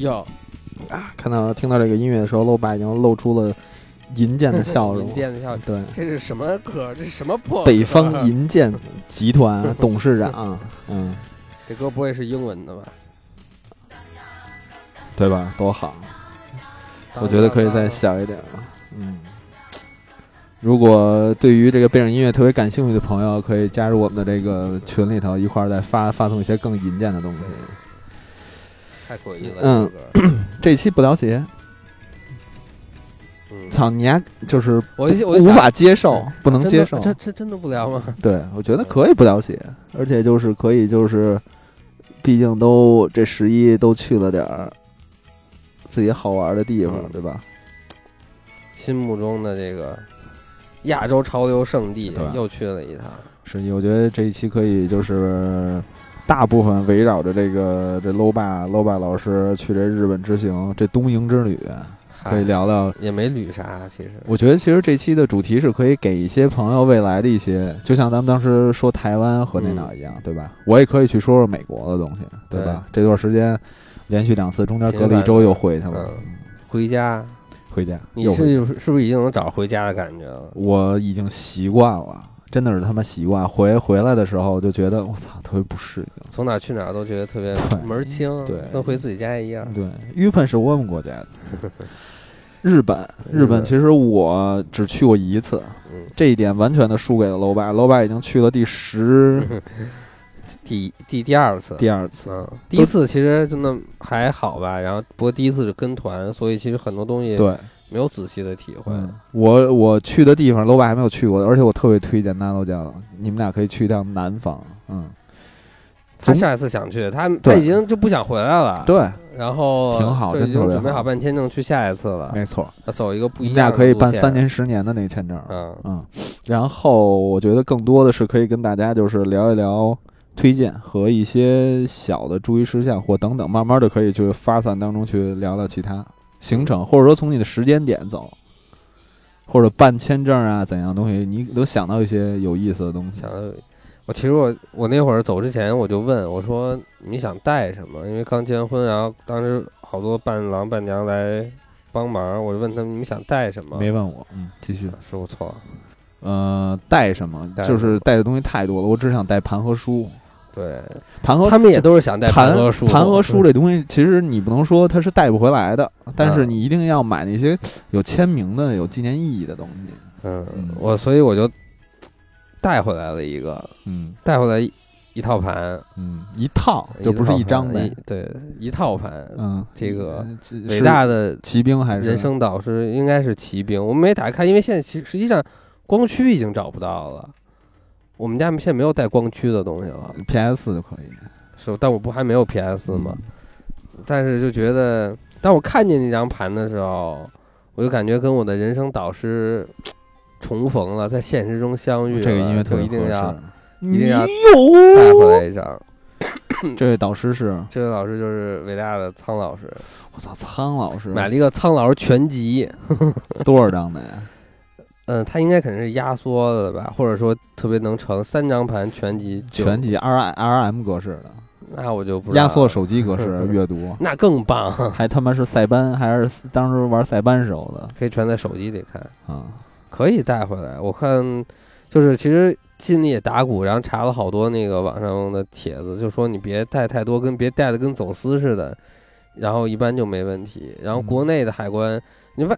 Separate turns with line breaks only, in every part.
哟，
啊！看到听到这个音乐的时候，露爸已经露出了银剑的笑容
银。剑的笑，
对，
这是什么歌？这是什么破歌？啊
北方银剑集团董事 长，嗯，
这歌不会是英文的吧？
对吧？多好，我觉得可以再
想。
小一点了。嗯，如果对于这个背景音乐特别感兴趣的朋友，可以加入我们的这个群里头，一块儿再发发送一些更银剑的东西。
太诡异了，
嗯
这首歌，
这一期不聊鞋，
嗯，
操你丫就是
我就我就
无
想
法接受，不能
真
接
的
受。
这这真的不聊吗？
对，我觉得可以不了解，而且就是可以就是，毕竟都这十一都去了点儿自己好玩的地方，
嗯
对吧？
心目中的这个亚洲潮流圣地
对吧
又去了一趟，
十一，我觉得这一期可以就是大部分围绕着这个这 low 爸 low 爸老师去这日本之行，这东瀛之旅，可以
嗨
聊聊。
也没捋啥，其实
我觉得其实这期的主题是可以给一些朋友未来的一些，就像咱们当时说台湾和那哪儿一样，对吧？我也可以去说说美国的东西，对吧？这段时间连续两次，中间隔了一周又回去了，
嗯回家，
回家
你
又回家，
是是不是已经能找回家的感觉了？
我已经习惯了，真的是他妈习惯。回回来的时候就觉得我操，特别不适应。
从哪儿去哪儿都觉得特别
对
门儿清，
对
跟回自己家一样。
对，日本是我们国家的。日本，
日
日本
本
其实我只去过一次，
嗯，
这一点完全的输给了楼爸。楼爸已经去了第十
第第第二次，
第二次，
嗯，第一次其实真的还好吧，然后不过第一次是跟团，所以其实很多东西
对，
没有仔细的体会。
嗯，我我去的地方，楼爸还没有去过，而且我特别推荐纳豆酱，你们俩可以去一趟南方。嗯，
他
总
下一次想去，他他
对
已经就不想回来了，
对，
然后
挺好
就
真
已
特
经
别
准备
好
好办签证去下一次了，
没错，
要走一个不
你
一
们俩
样的路线。
可
啊
以办三年、十年的那个签证。
嗯，
嗯，然后我觉得更多的是可以跟大家就是聊一聊推荐和一些小的注意事项或等等，慢慢的可以去发散当中去聊聊其他行程，或者说从你的时间点走，或者办签证啊怎样东西，你能想到一些有意思的东西
想。我其实我我那会儿走之前我就问我说你想带什么？因为刚结完婚，然后当时好多伴郎伴娘来帮忙，我就问他们你们想带什么？啊
没问我，嗯，继续。
说我错了，
呃，带什么？
带
就
什
是带的东西太多了，我只想带盘和书。
对
盘和
他们也哦都是想带
盘
和书，嗯
盘
盘
和书这东西，其实你不能说它是带不回来的，但
嗯
是你一定要买那些有签名的、有纪念意义的东西。
嗯
嗯，
我所以我就带回来了一个，
嗯
带回来一一套盘，
嗯，一套就不是
套
一张
盘
呗
一。对，一套盘。
嗯，
这个
呃这
伟
是
大的
骑兵还是
人生导师应该是骑兵，我们没打开，因为现在其实实际上光驱已经找不到了。我们家现在没有带光驱的东西了，
PS 就可以。
是，但我不还没有 PS
嗯
嘛。但是就觉得，当我看见那张盘的时候，我就感觉跟我的人生导师重逢了，在现实中相遇了。
这个音乐特
就
别
一定要
合
带
适。
一定要
哟，
回来一张。
这位导师是
这位老师就是伟大的苍老师，
我操，苍老师
买了一个苍老师全集。
多少张的呀？
嗯，它应该肯定是压缩的吧，或者说特别能成三张盘全集就
全集 R R M 格式的，
那我就不知道
压缩
了
手机格 式阅读。
那更棒，
还他妈是塞班，还是当时玩塞班时候的
可以传在手机里看，
啊？
可以带回来。我看就是其实尽力也打鼓，然后查了好多那个网上的帖子，就说你别带太多，跟别带的跟走私似的，然后一般就没问题。然后
嗯
国内的海关，你外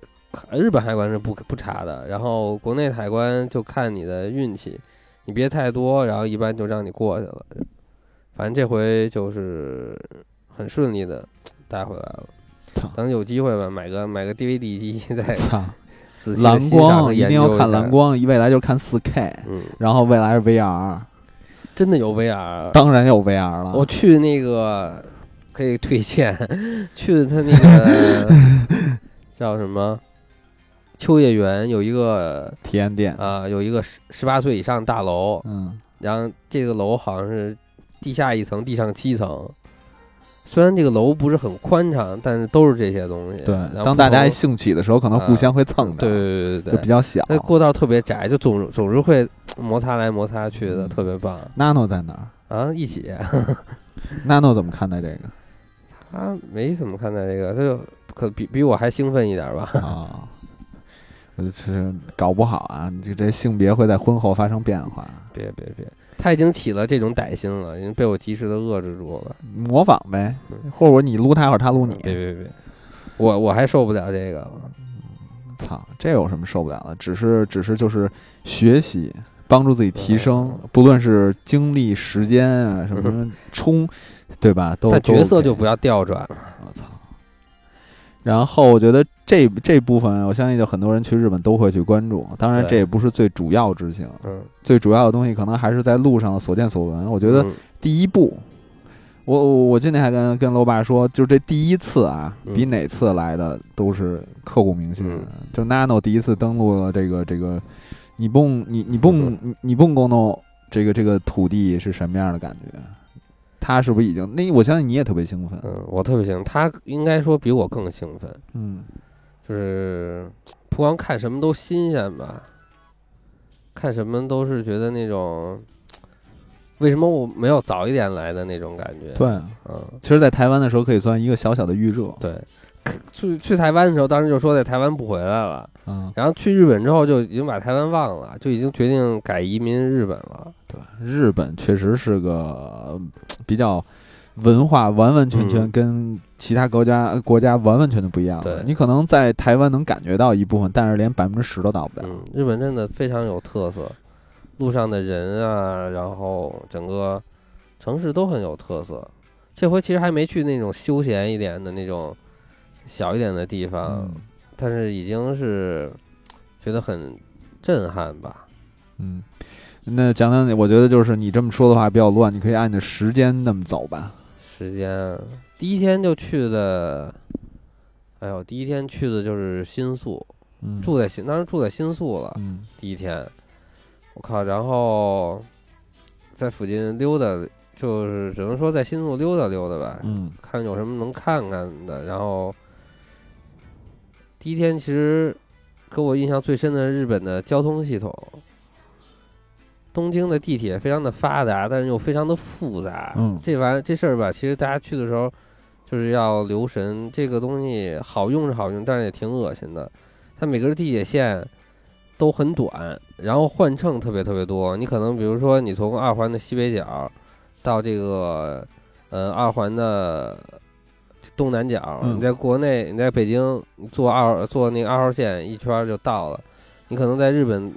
日本海关是不不查的，然后国内的海关就看你的运气，你别太多，然后一般就让你过去了。反正这回就是很顺利的带回来了
操。
等有机会吧，买个买个 DVD 机再
操！
哎仔细地
蓝
欣赏和
光一
研
定
究
要
一
看
下
蓝。光，未来就是看四 K，
嗯，
然后未来是 VR，
真的有啊 VR。
当然有 VR 了。
啊我去那个可以推荐，去他 那个叫什么秋叶原有一个
体验店，
啊、有一个十十八岁以上大楼，
嗯，
然后这个楼好像是地下一层，地上七层。虽然这个楼不是很宽敞，但是都是这些东西。
对
然后，
当
不
大家
同
兴起的时候，可能互相会蹭着，
对对对对
就
对
比较小。
那过道特别窄，就总总是会摩擦来摩擦去的，
嗯
特别棒
Nano 在哪儿
啊！一起
？Nano 怎么看待这个？
他没怎么看待这个，他就可比比我还兴奋一点吧。
啊。 我就是搞不好啊，你这这性别会在婚后发生变化，
别别别，他已经起了这种歹心了，已经被我及时的遏制住了。
模仿呗
嗯，
或者你撸他，或者他撸你。
别别别，我我还受不了这个了。
操，这有什么受不了的？只是只是就是学习，帮助自己提升，不论是精力、时间啊，什么什么冲，对吧？都
嗯但角色
都
就
OK
不要调转了。
我操。然后我觉得这这部分，我相信就很多人去日本都会去关注。当然，
对
这也不是最主要之情，
嗯，
最主要的东西可能还是在路上的所见所闻。我觉得
嗯
第一步，我我我今天还跟跟楼爸说，就这第一次啊，
嗯
比哪次来的都是刻骨铭心。
嗯
就 Nano 第一次登陆了这个这个，你蹦你你蹦你你蹦公弄这个这个土地是什么样的感觉？他是不是已经？那我相信你也特别兴奋。
嗯，我特别兴奋，他应该说比我更兴奋，
嗯
就是不光看什么都新鲜吧，看什么都是觉得那种。为什么我没有早一点来的那种感觉？，
对，
嗯，
其实，在台湾的时候可以算一个小小的预热。
对，去去台湾的时候，当时就说在台湾不回来了，
嗯，
然后去日本之后就已经把台湾忘了，就已经决定改移民日本了。
对，日本确实是个嘖比较文化完完全全
嗯
跟其他国家、呃国家完完全全不一样的。
对
你可能在台湾能感觉到一部分，但是连百分之十都到不了。
嗯，日本真的非常有特色，路上的人啊，然后整个城市都很有特色。这回其实还没去那种休闲一点的那种小一点的地方，
嗯
但是已经是觉得很震撼吧。
嗯，那讲讲你，我觉得就是你这么说的话比较乱，你可以按着时间那么走吧。
时间，第一天就去的，哎呦，第一天去的就是新宿，
嗯，
住在新，当时住在新宿了。
嗯
第一天，我靠，然后在附近溜达，就是只能说在新宿溜达溜达吧，
嗯
看有什么能看看的。然后第一天其实给我印象最深的是日本的交通系统。东京的地铁非常的发达，但是又非常的复杂。
嗯
这玩意这事儿吧，其实大家去的时候就是要留神，这个东西好用是好用，但是也挺恶心的。它每根地铁线都很短，然后换乘特别特别多。你可能比如说你从二环的西北角到这个呃二环的东南角，
嗯
你在国内你在北京你坐二坐那个二号线一圈儿就到了，你可能在日本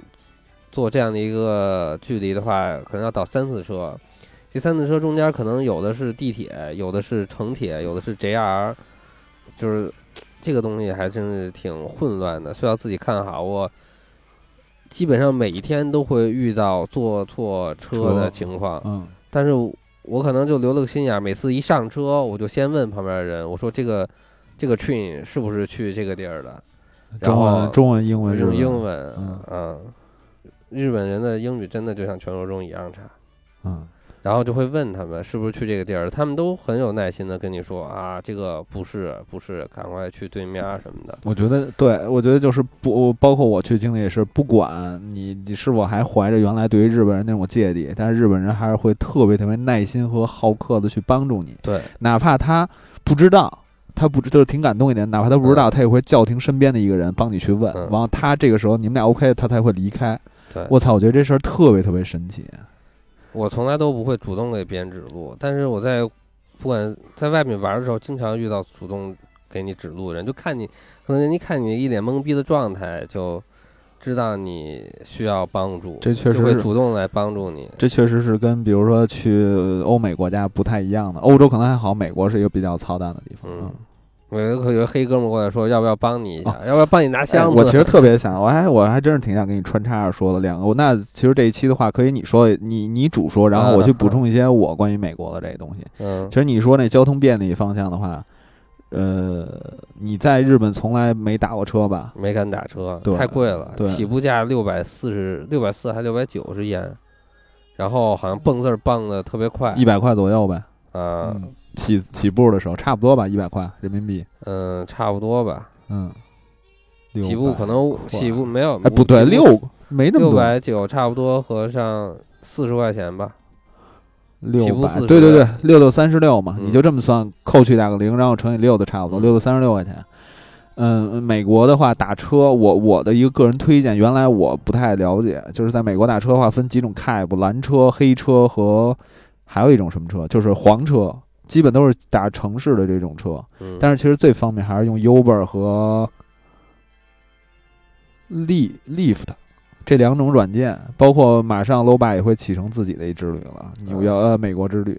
坐这样的一个距离的话，可能要倒三次车。这三次车中间可能有的是地铁，有的是城铁，有的是 JR，就是这个东西还真是挺混乱的，需要自己看好。我基本上每一天都会遇到坐错车
车
的情况，
嗯
但是我可能就留了个心眼儿，每次一上车我就先问旁边的人，我说这个这个 train 是不是去这个地儿的？然
中
后
文、中文、英文、日
用
文
英文，
嗯
嗯，日本人的英语真的就像传说中一样差。
嗯
然后就会问他们是不是去这个地儿，他们都很有耐心的跟你说啊，这个不是，不是，赶快去对面啊什么的。
我觉得对，我觉得就是不，包括我去经历也是，不管你你是否还怀着原来对于日本人那种芥蒂，但是日本人还是会特别特别耐心和好客的去帮助你，
对，
哪怕他不知道，他不知就是挺感动一点，哪怕他不知道，他也会叫停身边的一个人帮你去问，
嗯
然后他这个时候你们俩 OK，他才会离开。
对
我操，我觉得这事儿特别特别神
嗯
奇。
我从来都不会主动给别人指路，但是我在不管在外面玩的时候，经常遇到主动给你指路的人，就看你可能人家看你一脸懵逼的状态，就知道你需要帮助，
这确实
就会
是
主动来帮助你。
这确实是跟比如说去欧美国家不太一样的，欧洲可能还好，美国是一个比较操蛋的地方。
嗯，我有个有个黑哥们儿过来说，要不要帮你一下？要不要帮你拿
哎
箱子？
我其实特别想，我还我还真是挺想跟你穿插着说的两个。我那其实这一期的话，可以你说你你主说，然后我去补充一些我关于美国的这些东西。
嗯
其实你说那交通便利方向的话，呃，你在日本从来没打过车吧？
没敢打车，
对
太贵了，
对
起步价六百四十六百四还六百九十元，然后好像蹦字儿蹦的特别快，
一百块左右呗，
啊，
嗯，起起步的时候差不多吧，一百块人民币，
嗯，差不多吧，
嗯，600
起步可能
块
起步没有，
哎不对，六没那么
六
多，
百九差不多合上四十块钱吧，
六
起步
百，
40
对对对，六六三十六嘛，
嗯
你就这么算，扣去两个零，然后乘以六的差不多，
嗯
六六三十六块钱。嗯，美国的话打车，我我的一个个人推荐，原来我不太了解，就是在美国打车的话分几种 cab，蓝车、黑车和还有一种什么车，就是黄车，基本都是打城市的这种车。
嗯，
但
是
是其实最方便还是用 Uber 和 Li Lyft 这两种软件，包括马上 Loba 也会启程自己的一之旅了，
嗯
纽约呃美国之旅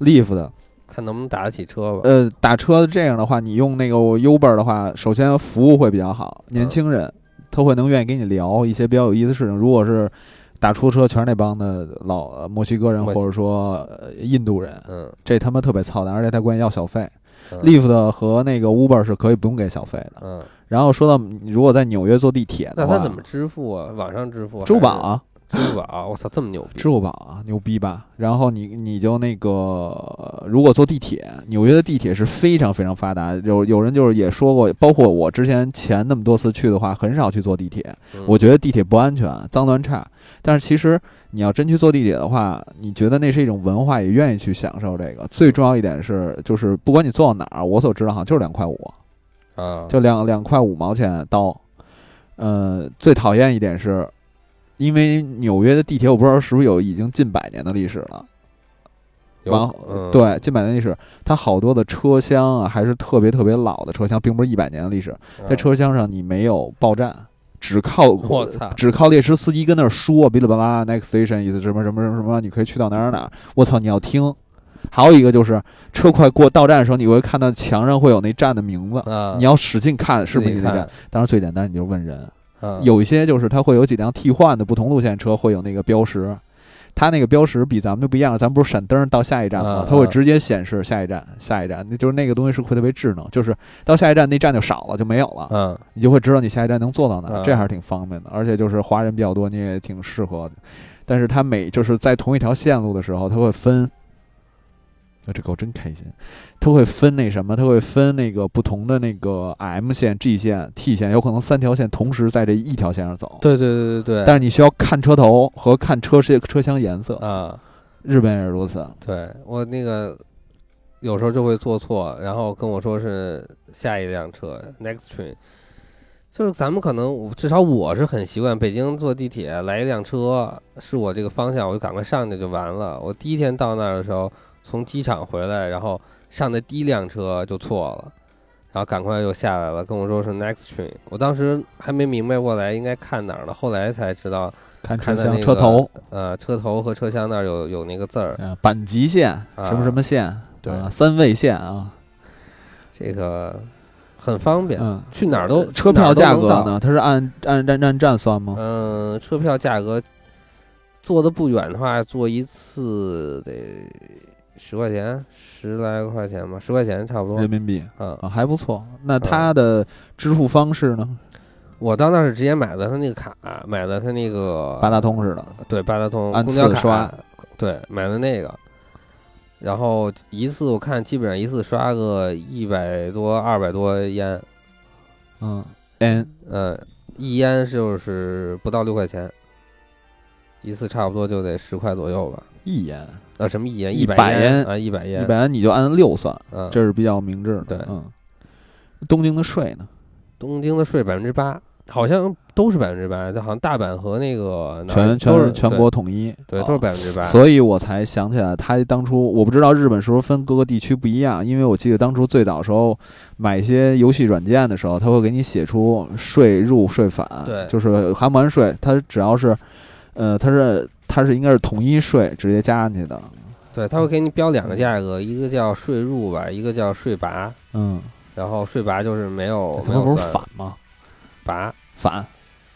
，Lyft
看能不能打得起车吧。
呃打车这样的话，你用那个 Uber 的话，首先服务会比较好，年轻
嗯
人他会能愿意跟你聊一些比较有意思的事情。如果是打出租车全是那帮的老呃墨西哥人
墨西
或者说呃印度人，
嗯，
这他妈特别操蛋，而且他管你要小费。
嗯
Lyft 和那个 Uber 是可以不用给小费的。
嗯，
然后说到你如果在纽约坐地铁
那
的
他
话，
怎么支付啊？网上支付？
支付宝、，啊，
支付宝，我操，这么牛逼！
支付宝啊，牛逼吧？然后你你就那个，呃如果坐地铁，纽约的地铁是非常非常发达。有有人就是也说过，包括我之前前那么多次去的话，很少去坐地铁，
嗯
我觉得地铁不安全，脏乱差。但是其实你要真去坐地铁的话，你觉得那是一种文化，也愿意去享受这个。最重要一点是，就是不管你坐到哪儿，我所知道好像就是两块五，
啊，
就两两块五毛钱刀。呃，最讨厌一点是，因为纽约的地铁我不知道是不是有已经近百年的历史了，
有
然后、
嗯
对近百年历史，它好多的车厢啊还是特别特别老的车厢，并不是一百年的历史。在，车厢上你没有报站，只靠
嗯啊 我操
只靠列车司机跟那儿说哔哩吧啦，next station is 什么什么什么什么，你可以去到哪儿哪儿。我操，你要听。还有一个就是车快过到站的时候，你会看到墙上会有那站的名字，
啊，
你要使劲看是不
自
是
己
你那
看
站。当然最简单，你就问人。
啊
有一些就是它会有几辆替换的不同路线车会有那个标识，它那个标识比咱们就不一样，咱们不是闪灯到下一站
啊
吗
啊？
它会直接显示下一站，下一站，那就是那个东西是会特别智能，就是到下一站那站就少了，就没有了，
嗯
你就会知道你下一站能坐到哪儿，
啊
这还是挺方便的。而且就是华人比较多，你也挺适合的。但是它每就是在同一条线路的时候，它会分。啊这狗真开心，它会分那什么，它会分那个不同的那个 M 线、G 线、T 线，有可能三条线同时在这一条线上走。
对对对对对，
但是你需要看车头和看车车车厢颜色，
啊，
日本也是如此。
对我那个有时候就会做错，然后跟我说是下一辆车 next train，就是咱们可能我至少我是很习惯北京坐地铁来一辆车是我这个方向，我就赶快上去就完了。我第一天到那儿的时候，从机场回来，然后上的第一辆车就错了。然后赶快又下来了，跟我说是 next train。我当时还没明白过来应该看哪儿呢，后来才知道，
看车
看到
厢、
那
车
个
头、
呃，车头和车厢那儿有有那个字儿，
呃阪急线、什么什么线，
对
啊三位线啊，
这个很方便，
嗯，
去哪儿都
车票价格？
哪儿都能
呢？它是按按按按站算
到
吗？
嗯，车票价格坐的不远的话，坐一次得十块钱，十来块钱吧，十块钱差不多
人。民币
嗯，
啊，还不错。那它的支付方式呢？
我到那儿是直接买的他那个卡，买的他那个
八达通似的，
对八达通
按
公交
次
卡
刷
对，买的那个。然后一次我看基本上一次刷个一百多、二百多烟，
嗯，N
嗯，一烟就是不到六块钱，一次差不多就得十块左右吧。
一元，
呃，什么一烟？
一百
百
烟
啊，一百烟，
一百元你就按六算，
嗯，
这是比较明智的。
对
嗯，东京的税呢？
东京的税百分之八，好像都是百分之八，就好像大阪和那个哪儿
全
都是
全全国统一，
对，对
啊
都是百分之八。
所以我才想起来，他当初我不知道日本是不是分各个地区不一样，因为我记得当初最早时候买一些游戏软件的时候，他会给你写出税入税返，
对
就是含不含税，它只要是，呃，它是它是应该是统一税直接加上去的，
对，他会给你标两个价格，一个叫税入吧，一个叫税拔。
嗯，
然后税拔就是没有
他
没
们
有
哎不是
算
返吗？
拔
返，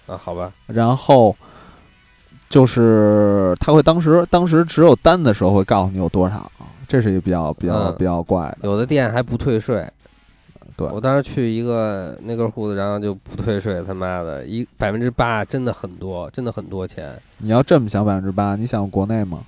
啊？好吧，
然后。就是他会当时当时只有单的时候会告诉你有多少，这是一个比较比较、
嗯
比较怪的。
有的店还不退税。
嗯对
我当时去一个那根胡子，然后就不退税，他妈的，一百分之八，真的很多，真的很多钱。
你要这么想百分之八，你想国内吗？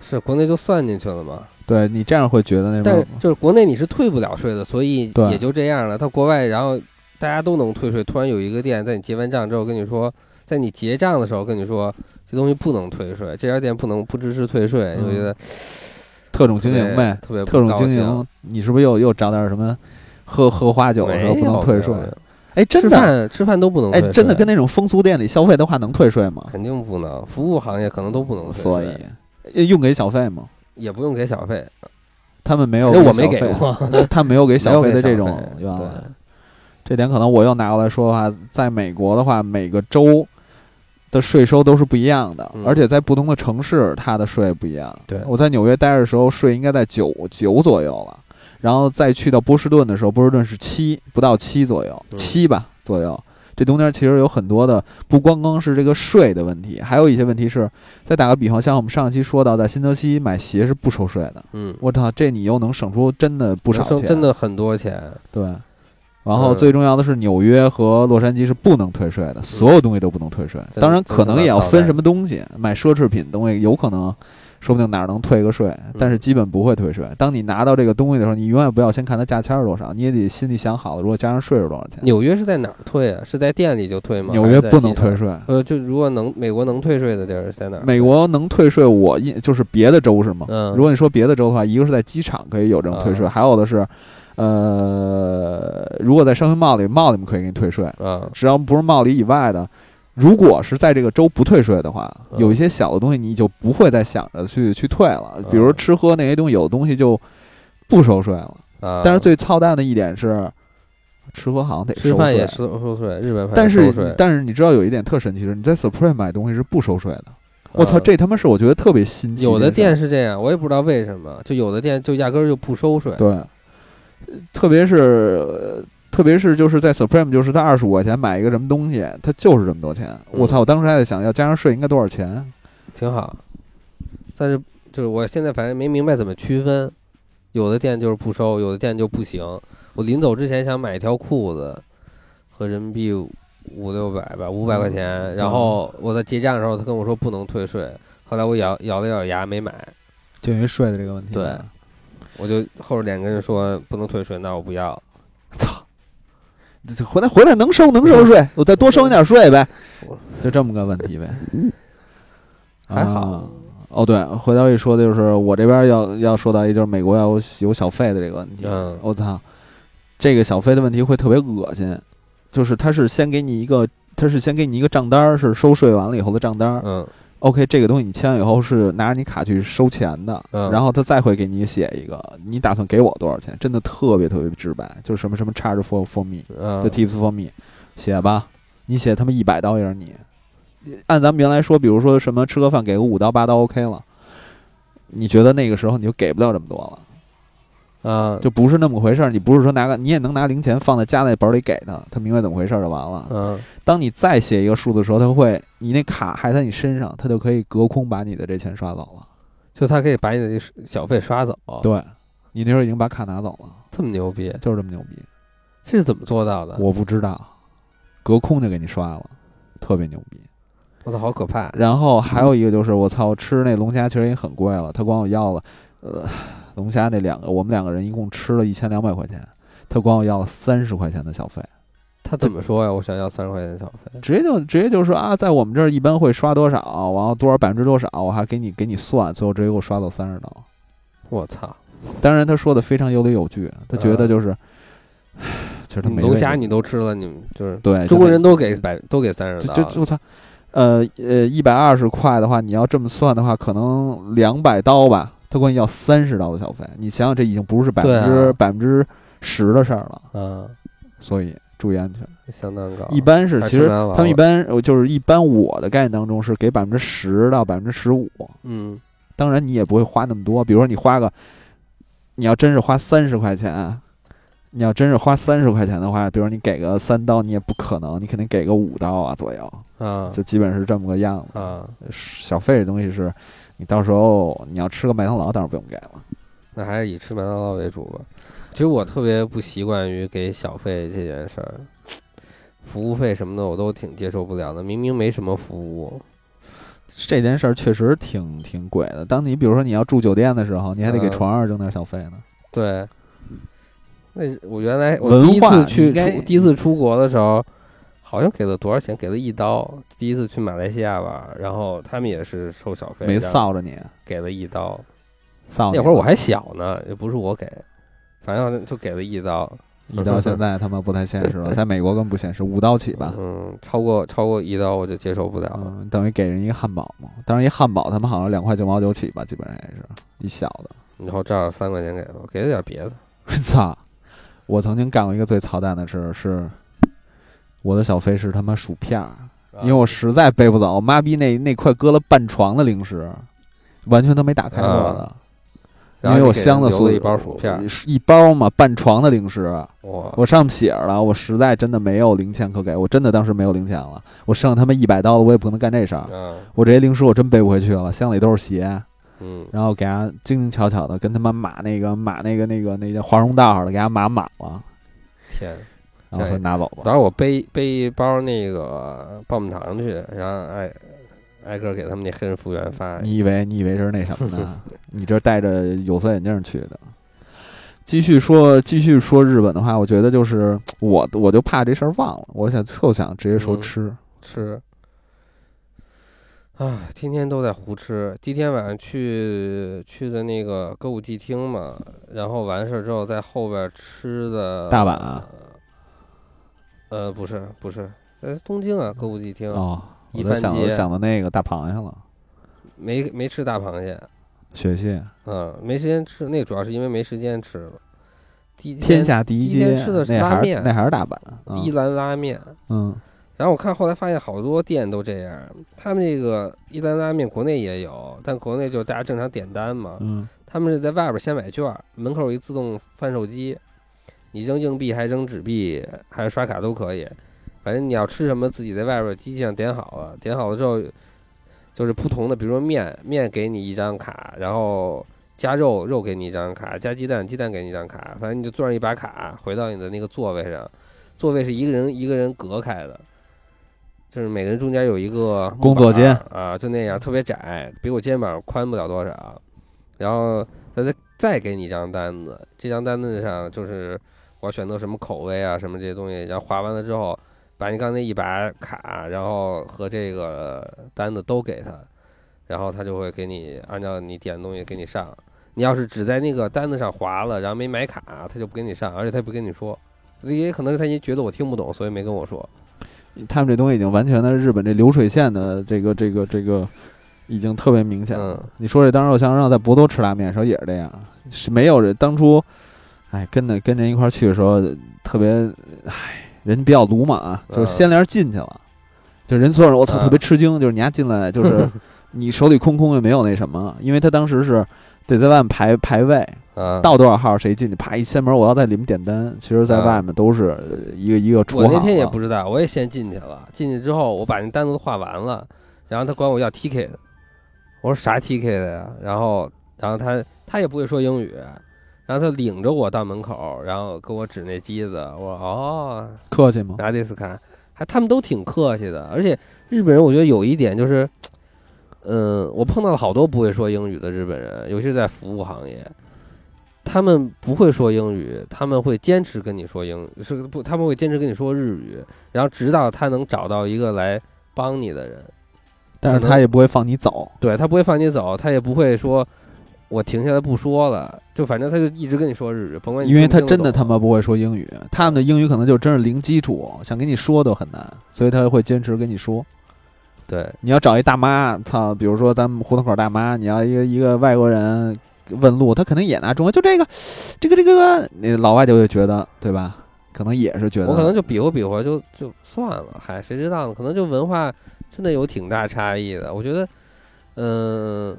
是国内就算进去了嘛？
对你这样会觉得那
但是
种，
就是国内你是退不了税的，所以
对
也就这样了。到国外，然后大家都能退税，突然有一个店在你结完账之后跟你说，在你结账的时候跟你说这东西不能退税，这家店不能不支持退税，
嗯
你就觉得
特种经营
特别
呗，
特别
特
不
种
高
经
兴
营，你是不是又又找点什么喝喝花酒的时候
没
不能
有
退
没
税
有？没有
哎，真
吃
的，
饭吃饭都不能退
哎
税，，
真的跟那种风俗店里消费的话，能退税吗？
肯定不能，服务行业可能都不能退税，
所以呃用给小费吗？
也不用给小费，
他们没有，
因哎为我没给，过，
他没有给小
没
费
有给
的这
小
种
费
原
对
来，这点可能我要拿过来说的话，在美国的话，每个州的税收都是不一样的，
嗯
而且在不同的城市，它的税不一样。
对
我在纽约待的时候，税应该在九九左右了，然后再去到波士顿的时候，波士顿是七不到七左右，
嗯
七吧左右。这中间其实有很多的，不光光是这个税的问题，还有一些问题是，再打个比方，像我们上期说到，在新泽西买鞋是不收税的，
嗯，
我操，这你又能省出真的不少
能生
钱，
真的很多钱，
对。然后
嗯
最重要的是，纽约和洛杉矶是不能退税的，所有东西都不能退税。
真
当然，
真
可
他
能
妈
也要
操
分
蛋
什么东西，买奢侈品东西有可能，说不定哪儿能退个税，
嗯
但是基本不会退税。当你拿到这个东西的时候，你永远不要先看它价签是多少，你也得心里想好了，如果加上税是多少钱。
纽约是在哪儿退啊？是在店里就退吗？
纽
还是
约
在
不
机
能
场
退。税，
呃，就如果能美国能退税的地儿是在哪儿？
美国能退税，我印就是别的州是吗？
嗯
如果你说别的州的话，一个是在机场可以有这种退税，
嗯
还有的是，呃，如果在商业贸里，贸里面可以给你退税，
啊，
只要不是贸里以外的。如果是在这个州不退税的话，
嗯
有一些小的东西你就不会再想着去去退了，比如
嗯
吃喝那些东西，有的东西就不收税了。
啊
但是最操蛋的一点是，吃喝好像得
吃
收
饭
税
也，收收税，日本饭
但
也收
是
税。
但是你知道有一点特神奇的是，你在 Supreme 买东西是不收税的。我操，
啊
这他妈是我觉得特别新奇。
有的
这事儿
店是这样，我也不知道为什么，就有的店就压根儿就不收税。
对，呃特别是、呃特别是就是在 Supreme，就是他二十五块钱买一个什么东西，他就是这么多钱。我操！我当时还在想要加上税应该多少钱？
挺好。但是就是我现在反正没明白怎么区分，有的店就是不收，有的店就不行。我临走之前想买一条裤子，合人民币五六百吧，五百块
嗯
钱。然后我在结账的时候，他跟我说不能退税，后来我咬咬了咬牙没买，
就因为税的这个问题啊
对我就厚着脸跟人说不能退税，那我不要。
操！这这回来回来能收能收税，我再多收你点税呗嗯
嗯我，
就这么个问题呗。
还好
啊哦，对，回头一说的就是我这边要要说到一就是美国要有有小费的这个问题。
嗯
我操，这个小费的问题会特别恶心，就是他是先给你一个，他是先给你一个账单儿，是收税完了以后的账单儿。
嗯
OK，这个东西你签完以后是拿着你卡去收钱的，
嗯
然后他再会给你写一个，你打算给我多少钱？真的特别特别直白，就是什么什么 charge for for me，
嗯
就 tips for me，写吧，你写他妈一百刀也是你。按咱们原来说，比如说什么吃个饭给个五刀八刀 OK 了，你觉得那个时候你就给不了这么多了，
啊，
就不是那么回事儿。你不是说拿个，你也能拿零钱放在夹在包里给他，他明白怎么回事儿就完了。
嗯
当你再写一个数字的时候，他会你那卡还在你身上，他就可以隔空把你的这钱刷走了。
就他可以把你的这小费刷走，
对，你那时候已经把卡拿走了，
这么牛逼，
就是这么牛逼。
这是怎么做到的？
我不知道，隔空就给你刷了，特别牛逼。
我操，好可怕！
然后还有一个就是，我操，吃那龙虾其实也很贵了，他管我要了，呃，龙虾那两个我们两个人一共吃了一千两百块钱，他管我要了三十块钱的小费，
他怎么说呀？我想要三十块钱的小费。
直接就直接就说啊，在我们这儿一般会刷多少，然后多少百分之多少，我还给你给你算，最后直接给我刷到三十刀。
我操！
当然他说的非常有理有据，他觉得就是，唉其实他没
嗯龙
为
虾
这
你都吃了，你们就是
对
中国人都
给。
给百都给三十
就
刀
就就他，呃呃，一百二十块的话，你要这么算的话，可能两百刀吧，他管你要三十刀的小费。你想想，这已经不是百
对
分
啊
之百分之十的事儿了，
啊，
所以注意安全。
相当高。
一般是
还
其
吃
实
完了
他们一
我
般呃就是一般我的概念当中是给百分之十到百分之十五，
嗯
当然你也不会花那么多，比如说你花个，你要真是花三十块钱。你要真是花三十块钱的话，比如你给个三刀，你也不可能，你肯定给个五刀啊左右，
啊
就基本是这么个样子。
啊，
小费这东西是，你到时候你要吃个麦当劳，当然不用给了。
那还是以吃麦当劳为主吧。其实我特别不习惯于给小费这件事儿，服务费什么的我都挺接受不了的。明明没什么服务，
这件事儿确实挺挺鬼的。当你比如说你要住酒店的时候，你还得给
嗯
床上扔点小费呢。
对。那我原来我
文
第一
化
次
你
去
应该
出第一次出国的时候，好像给了多少钱？给了一刀。第一次去马来西亚吧，然后他们也是收小费，
没
然后
臊着你，
给了一刀。
哦臊你
那会儿我还小呢，也不是我给，反正就给了一刀。
一刀现在他妈不太现实 了，在美国更不现实，五刀起吧，
嗯，超过超过一刀我就接受不了了。
嗯，等于给人一个汉堡嘛。当然，一汉堡他们好像两块九毛九起吧，基本上也是一小的。
以后照样三块钱给吧，给了点别的。
操！我曾经干过一个最操蛋的事，是我的小费是他妈薯片儿，因为我实在背不走，妈逼那那块搁了半床的零食，完全都没打开过的，
然
因
后
为
你
我
给人
箱子
留
所
了
有
一包薯片儿，，
一包嘛，半床的零食。
哇，
我上面写着了，我实在真的没有零钱可给，我真的当时没有零钱了，我剩他妈一百刀了，我也不可能干这事儿。
嗯
我这些零食我真背不回去了，箱里都是鞋，
嗯，
然后给他精精巧巧的跟他妈码那个码那个那个那叫华容道上的，给他码满了，
天。
然后说
对
拿走吧。
早上我背背一包那个棒棒糖去，然后挨挨个给他们那黑人服务员发。
你以为你以为这是那什么呢？ 你这戴着有色眼镜去的。继续说，继续说日本的话，我觉得就是我，我就怕这事儿忘了，我想就想直接说
嗯
吃。
吃。啊，天天都在胡吃。第一天晚上去去的那个歌舞伎厅嘛，然后完事儿之后在后边吃的
大阪啊
呃，不是不是，在东京啊，歌舞伎厅、
哦，我
一
就
番
想我
街
想到那个大螃蟹了，
没没吃大螃蟹，
雪蟹，
嗯，没时间吃。那主要是因为没时间吃了。第一
天
天
下第一
第一
街
天吃的，是
那
拉
还是
面
那还是大阪，嗯
一兰拉面，
嗯，
然后我看后来发现好多店都这样，他们这个一兰拉面国内也有，但国内就是大家正常点单嘛，
嗯，
他们是在外边先买券儿，门口有一自动贩售机，你扔硬币还扔纸币还是刷卡都可以，反正你要吃什么自己在外边机器上点好了，点好了之后就是不同的，比如说面面给你一张卡，然后加肉肉给你一张卡，加鸡蛋鸡蛋给你一张卡，反正你就攥着一把卡回到你的那个座位上，座位是一个人一个人隔开的。就是每个人中间有一个
工作间
木板儿啊，就那样特别窄，比我肩膀宽不了多少。然后他再再给你一张单子，这张单子上就是我选择什么口味啊，什么这些东西，然后划完了之后，把你刚才一把卡，然后和这个单子都给他，然后他就会给你按照你点的东西给你上。你要是只在那个单子上划了，然后没买卡，他就不给你上，而且他也不跟你说，也可能是他也觉得我听不懂，所以没跟我说。
他们这东西已经完全的日本这流水线的这个这个这个已经特别明显了。
嗯
你说这当时我想让在博多吃拉面的时候也是这样，是没有人当初，哎，跟着跟人一块儿去的时候特别，哎，人比较鲁莽啊，
嗯
就是先连进去了，就人所有人我操
嗯
特别吃惊，就是你家进来就是 你手里空空也没有那什么，因为他当时是得在外面排排位，
啊，
到多少号谁进去，啪一掀门我要在里面点单，其实在
嗯
外面都是呃一个一个出
我那天也
好了
不知道，我也先进去了。进去之后，我把那单子都画完了，然后他管我要 ticket，我说啥 ticket 的呀？然后，然后他他也不会说英语，然后他领着我到门口，然后跟我指那机子，我说哦，
客气吗？
拿这次看，还他们都挺客气的，而且日本人我觉得有一点就是，嗯，我碰到了好多不会说英语的日本人，尤其是在服务行业，他们不会说英语，他们会坚持跟你说英语，是不？他们会坚持跟你说日语，然后直到他能找到一个来帮你的人，
但是
可能
他也不会放你走，
对他不会放你走，他也不会说。我停下来不说了，就反正他就一直跟你说日语，甭管你
因为
听不
他
听
真的
得
他
懂
妈不会说英语，他们的英语可能就真是零基础，想跟你说都很难，所以他会坚持跟你说。
对，
你要找一大妈，操，比如说咱们胡同口大妈，你要一个一个外国人问路，他肯定也拿中文，就这个，这个这个，那老外就会觉得，对吧？可能也是觉得，
我可能就比划比划就就算了，嗨，谁知道呢？可能就文化真的有挺大差异的。我觉得，嗯、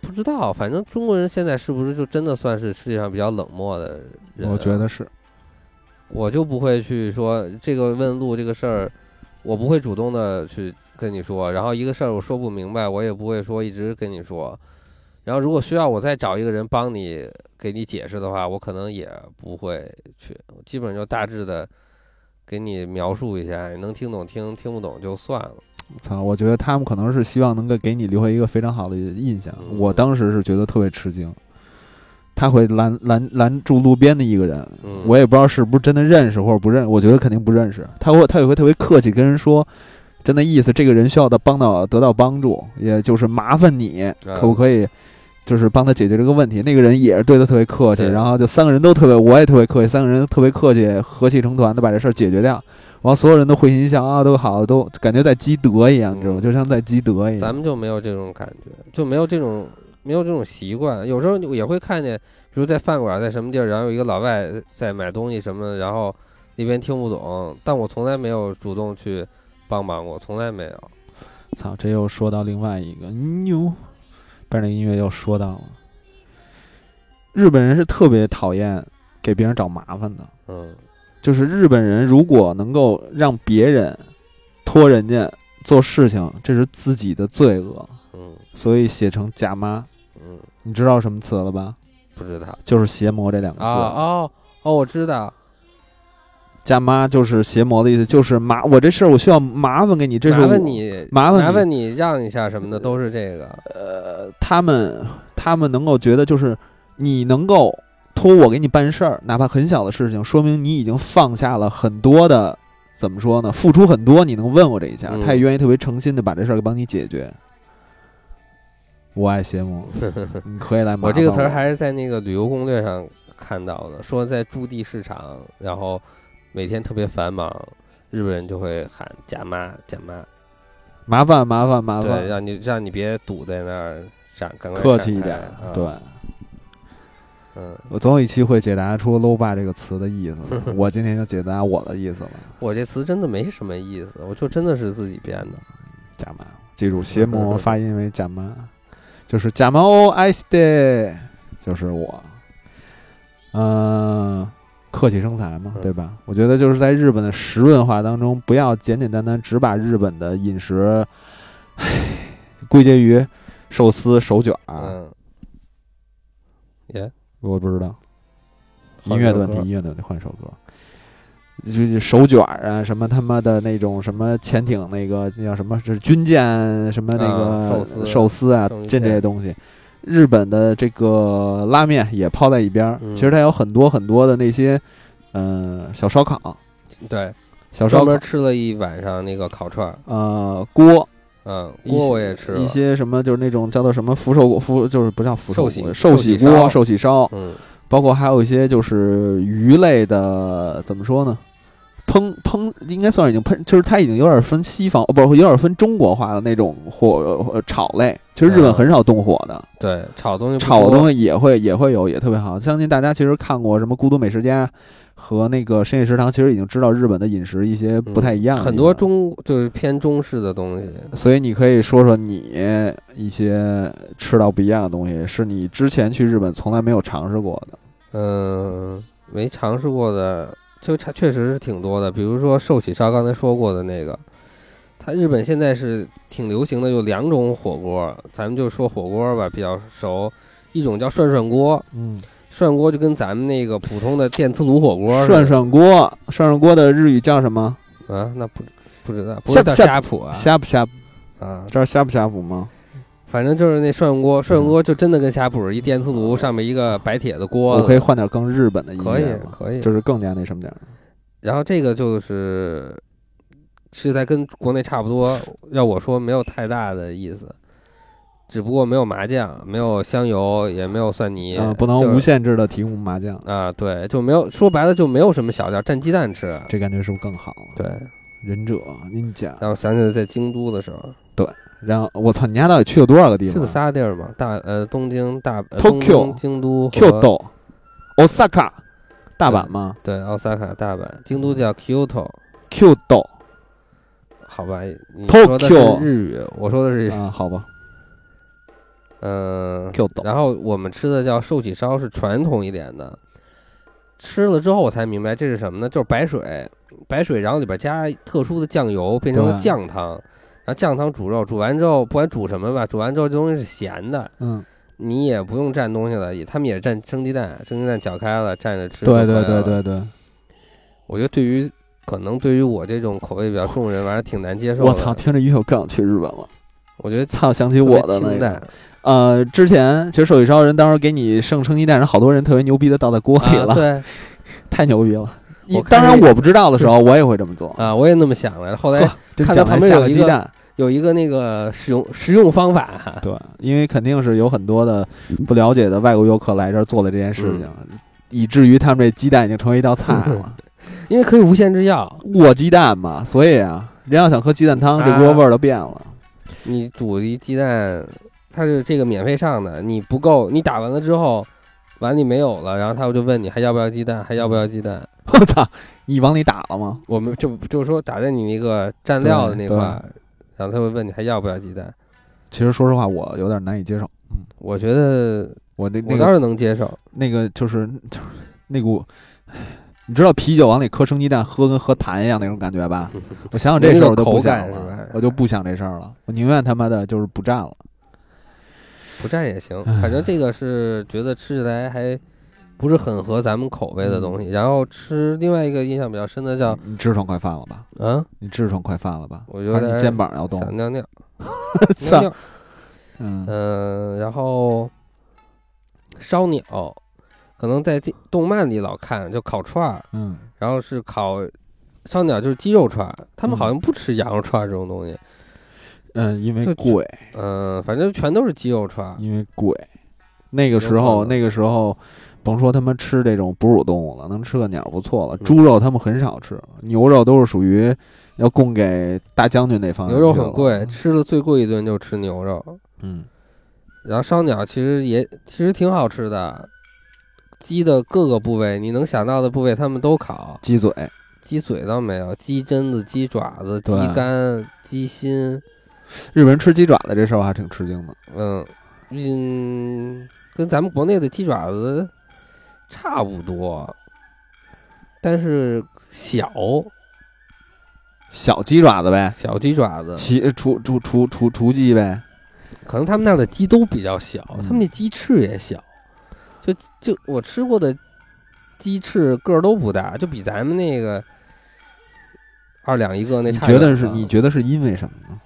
不知道，反正中国人现在是不是就真的算是世界上比较冷漠的人、啊
我觉，得是，
我就不会去说这个问路这个事儿，我不会主动的去跟你说。然后一个事儿我说不明白，我也不会说一直跟你说。然后如果需要我再找一个人帮你给你解释的话，我可能也不会去，我基本上就大致的给你描述一下，你能听懂听，听不懂就算了。
操，我觉得他们可能是希望能够给你留下一个非常好的印象。
嗯
我当时是觉得特别吃惊，他会拦拦拦住路边的一个人，
嗯，
我也不知道是不是真的认识或者不认，我觉得肯定不认识。他会他也会特别客气跟人说，就那意思，这个人需要的帮到得到帮助，也就是麻烦你
嗯
可不可以，就是帮他解决这个问题。那个人也是对他特别客气，
对
然后就三个人都特别，我也特别客气，三个人都特别客气，和气成团的把这事儿解决掉。然后所有人都会心一笑啊，都好，都感觉在积德一样，你知道吗？
嗯
就像在积德一
咱
样。
们就没有这种感觉，就没有这种没有这种习惯。有时候也会看见，比如在饭馆在什么地儿，然后有一个老外在买东西什么的，然后那边听不懂，但我从来没有主动去帮忙过，从来没有。
操，这又说到另外一个牛，把这音乐又说到了。日本人是特别讨厌给别人找麻烦的，
嗯
就是日本人如果能够让别人托人家做事情，这是自己的罪恶，
嗯
所以写成假妈。
嗯，
你知道什么词了吧？
不知道
嗯就是邪魔这两个字。
啊哦哦，我知道，
假妈就是邪魔的意思，就是麻我这事儿我需要麻烦给你，这是
麻
我
烦你
麻烦你
麻烦你让一下什么的，都是这个。
呃，他们他们能够觉得就是你能够托我给你办事儿，哪怕很小的事情，说明你已经放下了很多的怎么说呢？付出很多，你能问我这一下，
嗯
他也愿意特别诚心的把这事儿给帮你解决。我爱邪 魔，你可以来麻烦
我这个词儿还是在那个旅游攻略上看到的，说在驻地市场，然后每天特别繁忙，日本人就会喊“假妈假妈
麻烦麻烦”，麻
对，
烦，
让你让你别堵在那儿闪，赶快
客
闪
气一
开
点。
嗯、
对，
嗯，
我总有一期会解答出 “low 爸”这个词的意思。 我今天就解答我的意思了，
我这词真的没什么意思，我就真的是自己编的。
假妈，记住邪 魔发音为假妈，就是假妈哦，爱死的，就是我，嗯、客气生财嘛，
嗯
对吧？我觉得就是在日本的食文化当中，不要简简单单只把日本的饮食，唉，归结于寿司、手卷儿，
嗯，耶、
我不知道。
换
音乐的
首
问题，
歌
音乐的问题，换首歌。就是手卷儿啊，什么他妈的那种什么潜艇那个那叫什么，就是军舰什么那个
啊寿司
寿司啊
生鱼，
这这
片
些东西。日本的这个拉面也抛在一边儿，
嗯
其实它有很多很多的那些，嗯、小烧烤、
对，
小烧
专
烤
门，吃了一晚上那个烤串儿，
呃，锅，
嗯，
一些
锅我也吃了，
一些什么就是那种叫做什么福寿锅，福就是不叫福寿
寿
锅
喜
寿
寿
喜
喜
锅、
烧
寿喜烧，
嗯
包括还有一些就是鱼类的，怎么说呢？烹烹应该算是已经烹，就是它已经有点分西方，哦，不是有点分中国化的那种火呃炒类。其实日本
嗯
很少动火的，
对，炒东西不
炒的
多
东西也会也会有，也特别好。相信大家其实看过什么《孤独美食家》和那个《深夜食堂》，其实已经知道日本的饮食一些不太一样的地方、
嗯很多中就是偏中式的东西，
所以你可以说说你一些吃到不一样的东西，是你之前去日本从来没有尝试过的。
嗯，没尝试过的，就差确实是挺多的。比如说寿喜烧，刚才说过的那个，它日本现在是挺流行的，有两种火锅，咱们就说火锅吧，比较熟。一种叫涮涮锅，
嗯，
涮锅就跟咱们那个普通的电磁炉火锅似
涮
的
涮锅，涮涮锅的日语叫什么？
啊，那不不知道，不是叫
下
呷哺啊
呷不呷？
啊，
这儿呷不呷哺吗？
反正就是那涮锅，涮锅就真的跟呷哺是一电磁炉上面一个白铁的锅
我
子，
可以换点更日本的音
可以
乐吗？
可以，
就是更加那什么点儿。
然后这个就是是在跟国内差不多，要我说没有太大的意思，只不过没有麻酱，没有香油，也没有蒜泥，
嗯，不能
就是
无限制的提供麻酱，
啊，对，就没有说白了就没有什么小料，蘸鸡蛋吃。
这感觉是不是更好？
对，，
忍者、您讲，
让我想起来在京都的时候，
然后我操，你家到底去了多少个地
去了
方
仨地儿嘛，大呃东京大呃东
Tokyo
京京都和
？Kyoto、Osaka、大阪吗
对奥萨卡大阪，京都叫 Kyoto，
？Kyoto
好吧，你说的是
Tokyo
日语，我说的是
啊，好吧
嗯、
，Kyoto
然后我们吃的叫寿喜烧，是传统一点的。吃了之后我才明白这是什么呢？就是白水，白水，然后里边加特殊的酱油，变成了
对
酱汤。然后酱汤煮肉，煮完之后不管煮什么吧，煮完之后这东西是咸的，
嗯，
你也不用蘸东西了，也他们也蘸生鸡蛋，生鸡蛋搅开了蘸着吃。
对对对，对对，
我觉得对于可能对于我这种口味比较重的人，我还是挺难接受的。
我操，听着音乐我更想去日本了。
我觉得
操，想起
特别
我的那个
清淡，
呃，之前其实手艺超人当时给你剩成鸡蛋，然后好多人特别牛逼的倒在锅里了，
啊、对
太牛逼了。
我
当
看
然
那
我不知道的时候，我也会这么做。
啊，我也那么想来 着。后来
呵真
看到
讲
旁
完
边
下
有
个
一
鸡
个
蛋，
有一个那个使用实用方法啊哈、
对，因为肯定是有很多的不了解的外国游客来这儿做了这件事情，
嗯
以至于他们这鸡蛋已经成为一道菜 了。
因为可以无限制要，
卧鸡蛋嘛，所以啊，人要想喝鸡蛋汤，这锅味儿都变 了。
你煮一鸡蛋，它是这个免费上的，你不够，你打完了之后碗里没有了，然后他们就问你还要不要鸡蛋，还要不要鸡蛋？
我操、你往里打了吗？
我们就就是说打在你那个蘸料的那
对
块
对
儿，然后他会问你还要不要鸡蛋。
其实说实话，我有点难以接受。
我觉得
我那那
我
个
倒是能接受，
那个就是就是那股，你知道啤酒往里磕生鸡蛋喝跟喝痰一样那种感觉 吧？我想想这事儿我就不想
没那个口感是吧
了，我就不想这事儿了，我宁愿他妈的就是不蘸了。
不蘸也行，
唉
反正这个是觉得吃起来还不是很合咱们口味的东西。然后吃另外一个印象比较深的叫
你痔疮快犯了吧？
啊，
你痔疮快犯了吧？
我觉
还是
得
你肩膀要动。
想尿尿，尿
操，
尿，
嗯，
嗯、然后烧鸟，可能在这动漫里老看，就烤串儿，
嗯，
然后是烤烧鸟，就是鸡肉串儿，他们
嗯
好像不吃羊肉串儿这种东西，
嗯，因为
就
贵，
嗯、反正全都是鸡肉串儿，
因为贵。那个时
有可
候，
能
那个时候，甭说他妈吃这种哺乳动物了，能吃个鸟不错了。
嗯
猪肉他们很少吃，牛肉都是属于要供给大将军那方面。
牛肉很
啊
贵，，吃的最贵一顿就吃牛肉，
嗯，
然后烧鸟其实也其实挺好吃的，鸡的各个部位你能想到的部位他们都烤，
鸡嘴，
鸡嘴倒没有，鸡胗子、鸡爪子、鸡
对
肝、鸡心，
日本人吃鸡爪子这事儿我还挺吃惊的。
嗯嗯，跟咱们国内的鸡爪子差不多，但是小
小鸡爪子呗，
小鸡爪子，
其雏雏雏雏雏鸡呗，
可能他们那儿的鸡都比较小，他
嗯
们那鸡翅也小，就就我吃过的鸡翅个儿都不大，就比咱们那个二两一个那
你
差啊
觉
远了。
得是？你觉得是因为什么呢？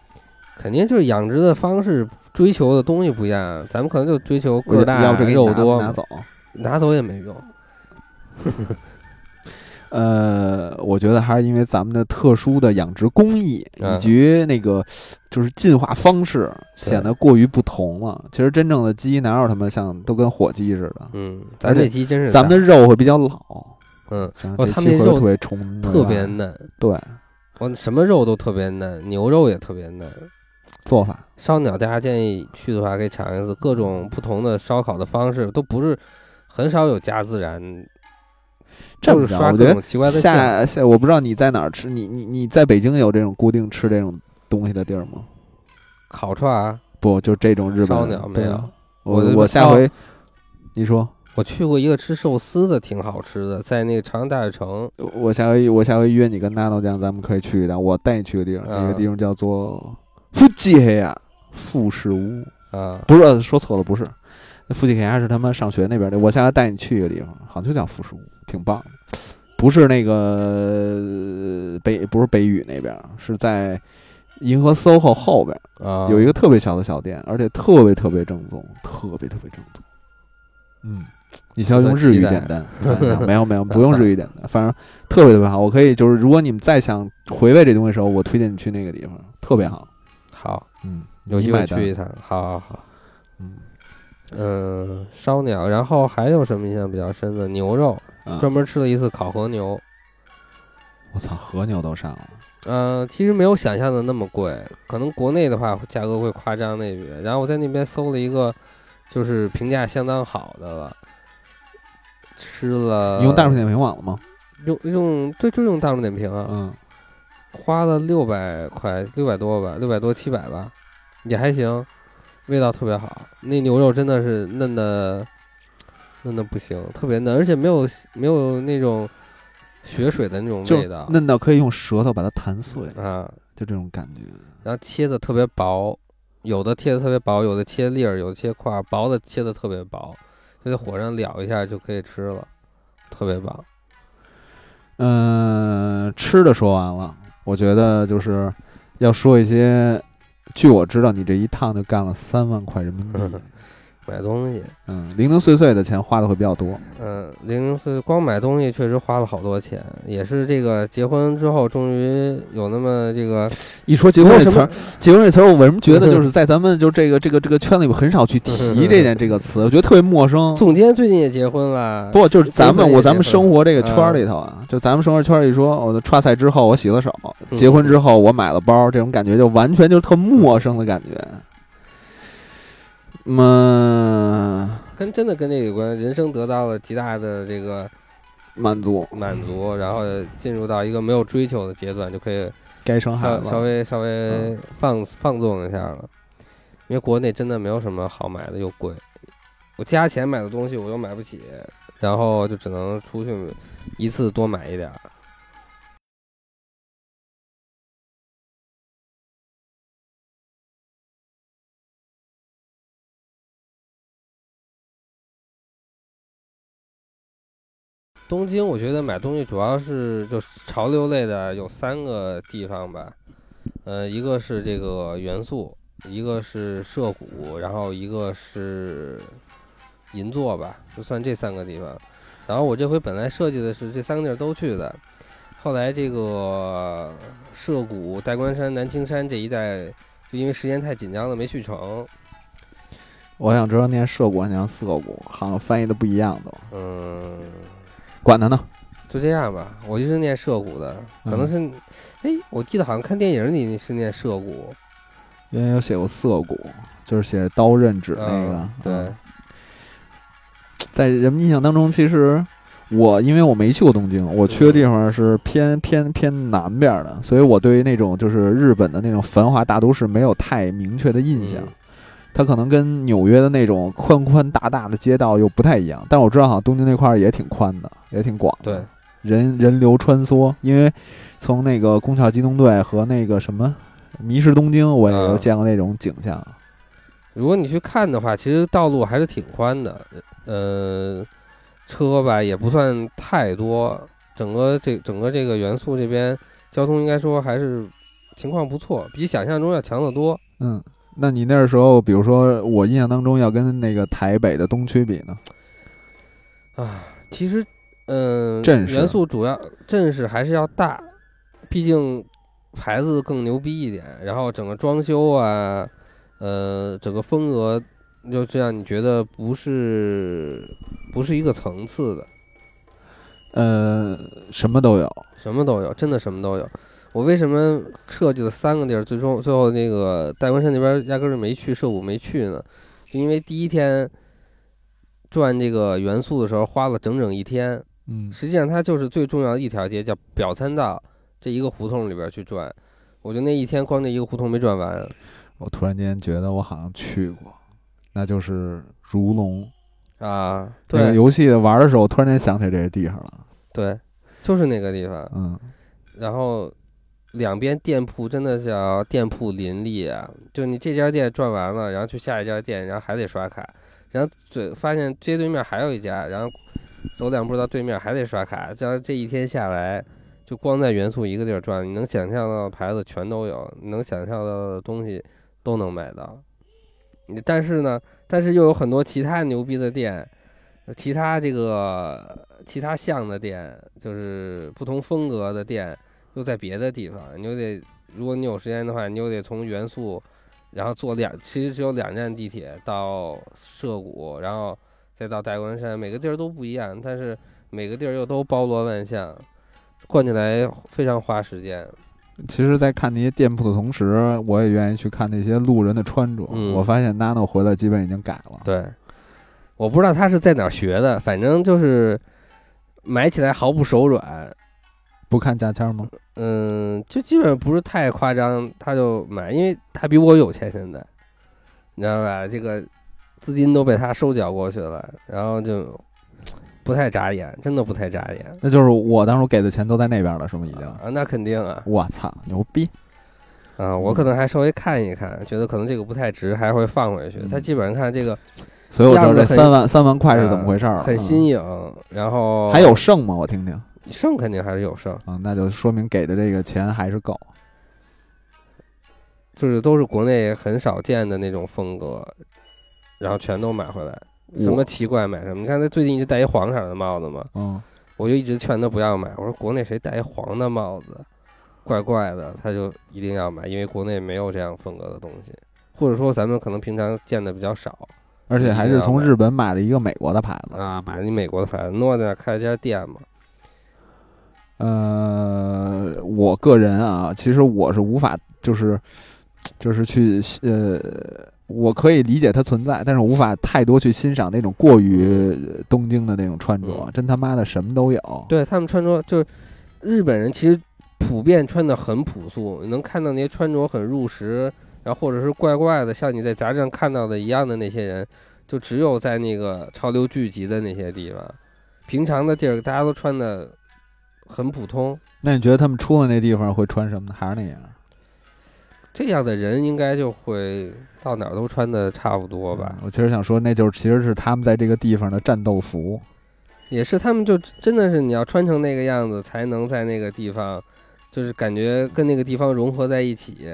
肯定就是养殖的方式追求的东西不一样，咱们可能就追求个
我
儿
就
大
要不就给你
肉
拿
多，
拿走。
拿走也没用。
呃，我觉得还是因为咱们的特殊的养殖工艺
嗯
以及那个就是进化方式显得过于不同了。其实真正的鸡哪有他妈像都跟火鸡似的？
嗯，咱这鸡真是
咱们的肉会比较老，
嗯
像
哦
这
他
期
们那
会不
肉
会特别冲，
特别嫩，
对
我什么肉都特别嫩，牛肉也特别嫩。
做法。
烧鸟，大家建议去的话可以尝一次，各种不同的烧烤的方式都不是很少有加孜然，
这
就
么
是
着，
刷
我觉
各
得
种奇怪的酱。
下下，我不知道你在哪儿吃，你你你在北京有这种固定吃这种东西的地儿吗？
烤串啊，
不，就这种日本
烧鸟没
对
有
啊。我
我哦
我下回你说，
我去过一个吃寿司的，挺好吃的，在那个长安大悦城。
我下回我下回约你跟纳豆酱，咱们可以去一趟。我带你去个地方，
嗯
那个地方叫做富吉黑呀，富士屋
啊，
不是呃说错了，不是。那富吉黑呀是他妈上学那边的，我下回带你去一个地方，好像就叫富士屋，挺棒的。不是那个呃北，不是北语那边，是在银河 SOHO 后边。
啊，
有一个特别小的小店，而且特别特别正宗，特别特别正宗。嗯，你需要用日语点单，哎没有 没有，不用日语点单，反正特别特别好。我可以就是，如果你们再想回味这东西的时候，我推荐你去那个地方，特别好。
好，
嗯，
有
你
机
买
会
单
去一趟。好好好，
嗯，
嗯，烧鸟，然后还有什么印象比较深的？牛肉，
啊
专门吃了一次烤和牛。
我操，和牛都上了，
呃，其实没有想象的那么贵，可能国内的话价格会夸张那边。然后我在那边搜了一个，就是评价相当好的了，吃了
你用大众点评网了吗？
用用对，就用大众点评啊，
嗯，
花了六百块，六百多吧，六百多七百吧，也还行，味道特别好。那牛肉真的是嫩的，嫩的不行，特别嫩，而且没有没有那种血水的那种
就
味道
嫩到可以用舌头把它弹碎，
啊。
就这种感觉。
然后切的特别薄，有的切的特别薄，有的切粒儿，有的切块儿，薄的切的特别薄，就在火上燎一下就可以吃了，特别棒。
呃嗯，吃的说完了，我觉得就是要说一些据我知道，你这一趟就干了三万块人民 币。
买东西，
嗯，零零碎碎的钱花的会比较多。
嗯，零零碎光买东西确实花了好多钱，也是这个结婚之后终于有那么这个
一说结
没
婚这
有什
词
么
儿，结婚这词儿，我为什么觉得 就是在咱们就这个这个这个圈里很少去提这件这个词，我觉得特别陌生。
总监最近也结婚了，
不，就是咱们我咱们生
活
活这个圈儿里头啊，就咱们生活圈儿里说，我的刷菜之后我洗了手，
嗯
结婚之后我买了包，这种感觉就完全就特陌生的感觉。嗯，
跟真的跟这个有关，人生得到了极大的这个
满足，
满足，然后进入到一个没有追求的阶段，就可以
该生孩
稍
子
稍
了。
微稍微放放纵一下了，因为国内真的没有什么好买的，又贵，我加钱买的东西我又买不起，然后就只能出去一次多买一点儿。东京，我觉得买东西主要是就是潮流类的有三个地方吧，呃，一个是这个元素，一个是涉谷，然后一个是银座吧，就算这三个地方。然后我这回本来设计的是这三个地儿都去的，后来这个涉谷、代官山、南青山这一带，就因为时间太紧张了没去成。
我想知道念涉谷还是念涩谷，好像翻译的不一样都。
嗯，
管他呢，
就这样吧，我就是念涉谷的，可能
嗯
是，哎、我记得好像看电影里是念涉谷，
原来有写过涩谷，就是写着刀刃指那个。
嗯对
嗯，在人们印象当中，其实我因为我没去过东京，我去的地方是偏偏偏南边儿的，所以我对于那种就是日本的那种繁华大都市没有太明确的印象。
嗯
它可能跟纽约的那种宽宽大大的街道又不太一样，但我知道好像东京那块儿也挺宽的，也挺广的。
对，
人人流穿梭，因为从那个《宫壳机动队》和那个什么《迷失东京》，我也有
嗯
见过那种景象。
如果你去看的话，其实道路还是挺宽的，呃，车吧也不算太多，整个这整个这个元素这边交通应该说还是情况不错，比想象中要强得多。
嗯，那你那时候，比如说我印象当中要跟那个台北的东区比呢，
啊其实，嗯、
阵势
元素主要阵势还是要大，毕竟牌子更牛逼一点，然后整个装修啊，呃，整个风格就这样，你觉得不是不是一个层次的。
呃，什么都有。
什么都有，真的什么都有。我为什么设计了三个地儿，最终最后那个戴官山那边压根儿就没去，涉谷没去呢？就因为第一天转这个元素的时候花了整整一天，
嗯
实际上它就是最重要的一条街，叫表参道这一个胡同里边去转。我就那一天光那一个胡同没转完，
我突然间觉得我好像去过，那就是如龙
啊，
那个
对
游戏玩的时候，我突然间想起这个地方了。
对，就是那个地方。
嗯，
然后两边店铺真的是要店铺林立啊，就你这家店转完了，然后去下一家店，然后还得刷卡，然后对发现街对面还有一家，然后走两步到对面还得刷卡，这样这一天下来。就光在元素一个地儿转，你能想象到的牌子全都有，你能想象到的东西都能买到。你但是呢，但是又有很多其他牛逼的店，其他这个其他项的店，就是不同风格的店，又在别的地方，你就得，如果你有时间的话，你就得从元素，然后坐两，其实只有两站地铁到涉谷，然后再到大关山，每个地儿都不一样，但是每个地儿又都包罗万象，逛起来非常花时间。
其实，在看那些店铺的同时，我也愿意去看那些路人的穿着。
嗯
我发现 Nano 回来基本已经改了。
对，我不知道他是在哪儿学的，反正就是买起来毫不手软，
不看价签吗？
嗯，就基本上不是太夸张，他就买，因为他比我有钱，现在你知道吧？这个资金都被他收缴过去了，然后就不太眨眼，真的不太眨眼
那就是我当初给的钱都在那边了，是吗？已经。
啊！那肯定啊
我操，牛逼！
啊！我可能还稍微看一看，觉得可能这个不太值，还会放回去。他
嗯
基本上看这个
所以我知道
样子
这
很
三万三万块是怎么回事儿了。
很
嗯
新颖，然后
还有剩吗？我听啊听啊、
剩嗯肯定还是有剩，
那就说明给的这个钱还是够。
就是都是国内很少见的那种风格，然后全都买回来，什么
我
奇怪买什么。你看他最近一直戴一黄色的帽子嘛，
嗯，
我就一直劝他不要买。我说国内谁戴一黄的帽子，怪怪的，他就一定要买，因为国内没有这样风格的东西，或者说咱们可能平常见的比较少
而且还是从日本买了一个美国的牌子。
啊。买你美国的牌子，诺在那开了家店嘛，
呃，我个人啊，其实我是无法，就是就是去呃，我可以理解它存在，但是无法太多去欣赏那种过于东京的那种穿着，
嗯
真他妈的什么都有。
对他们穿着就是日本人其实普遍穿的很朴素，你能看到那些穿着很入时，然后或者是怪怪的，像你在杂志上看到的一样的那些人，就只有在那个潮流聚集的那些地方，平常的地儿大家都穿的很普通。
那你觉得他们出了那地方会穿什么呢？还是那样？
这样的人应该就会到哪儿都穿的差不多吧
嗯，我其实想说，那就是其实是他们在这个地方的战斗服。
也是他们就真的是你要穿成那个样子，才能在那个地方，就是感觉跟那个地方融合在一起。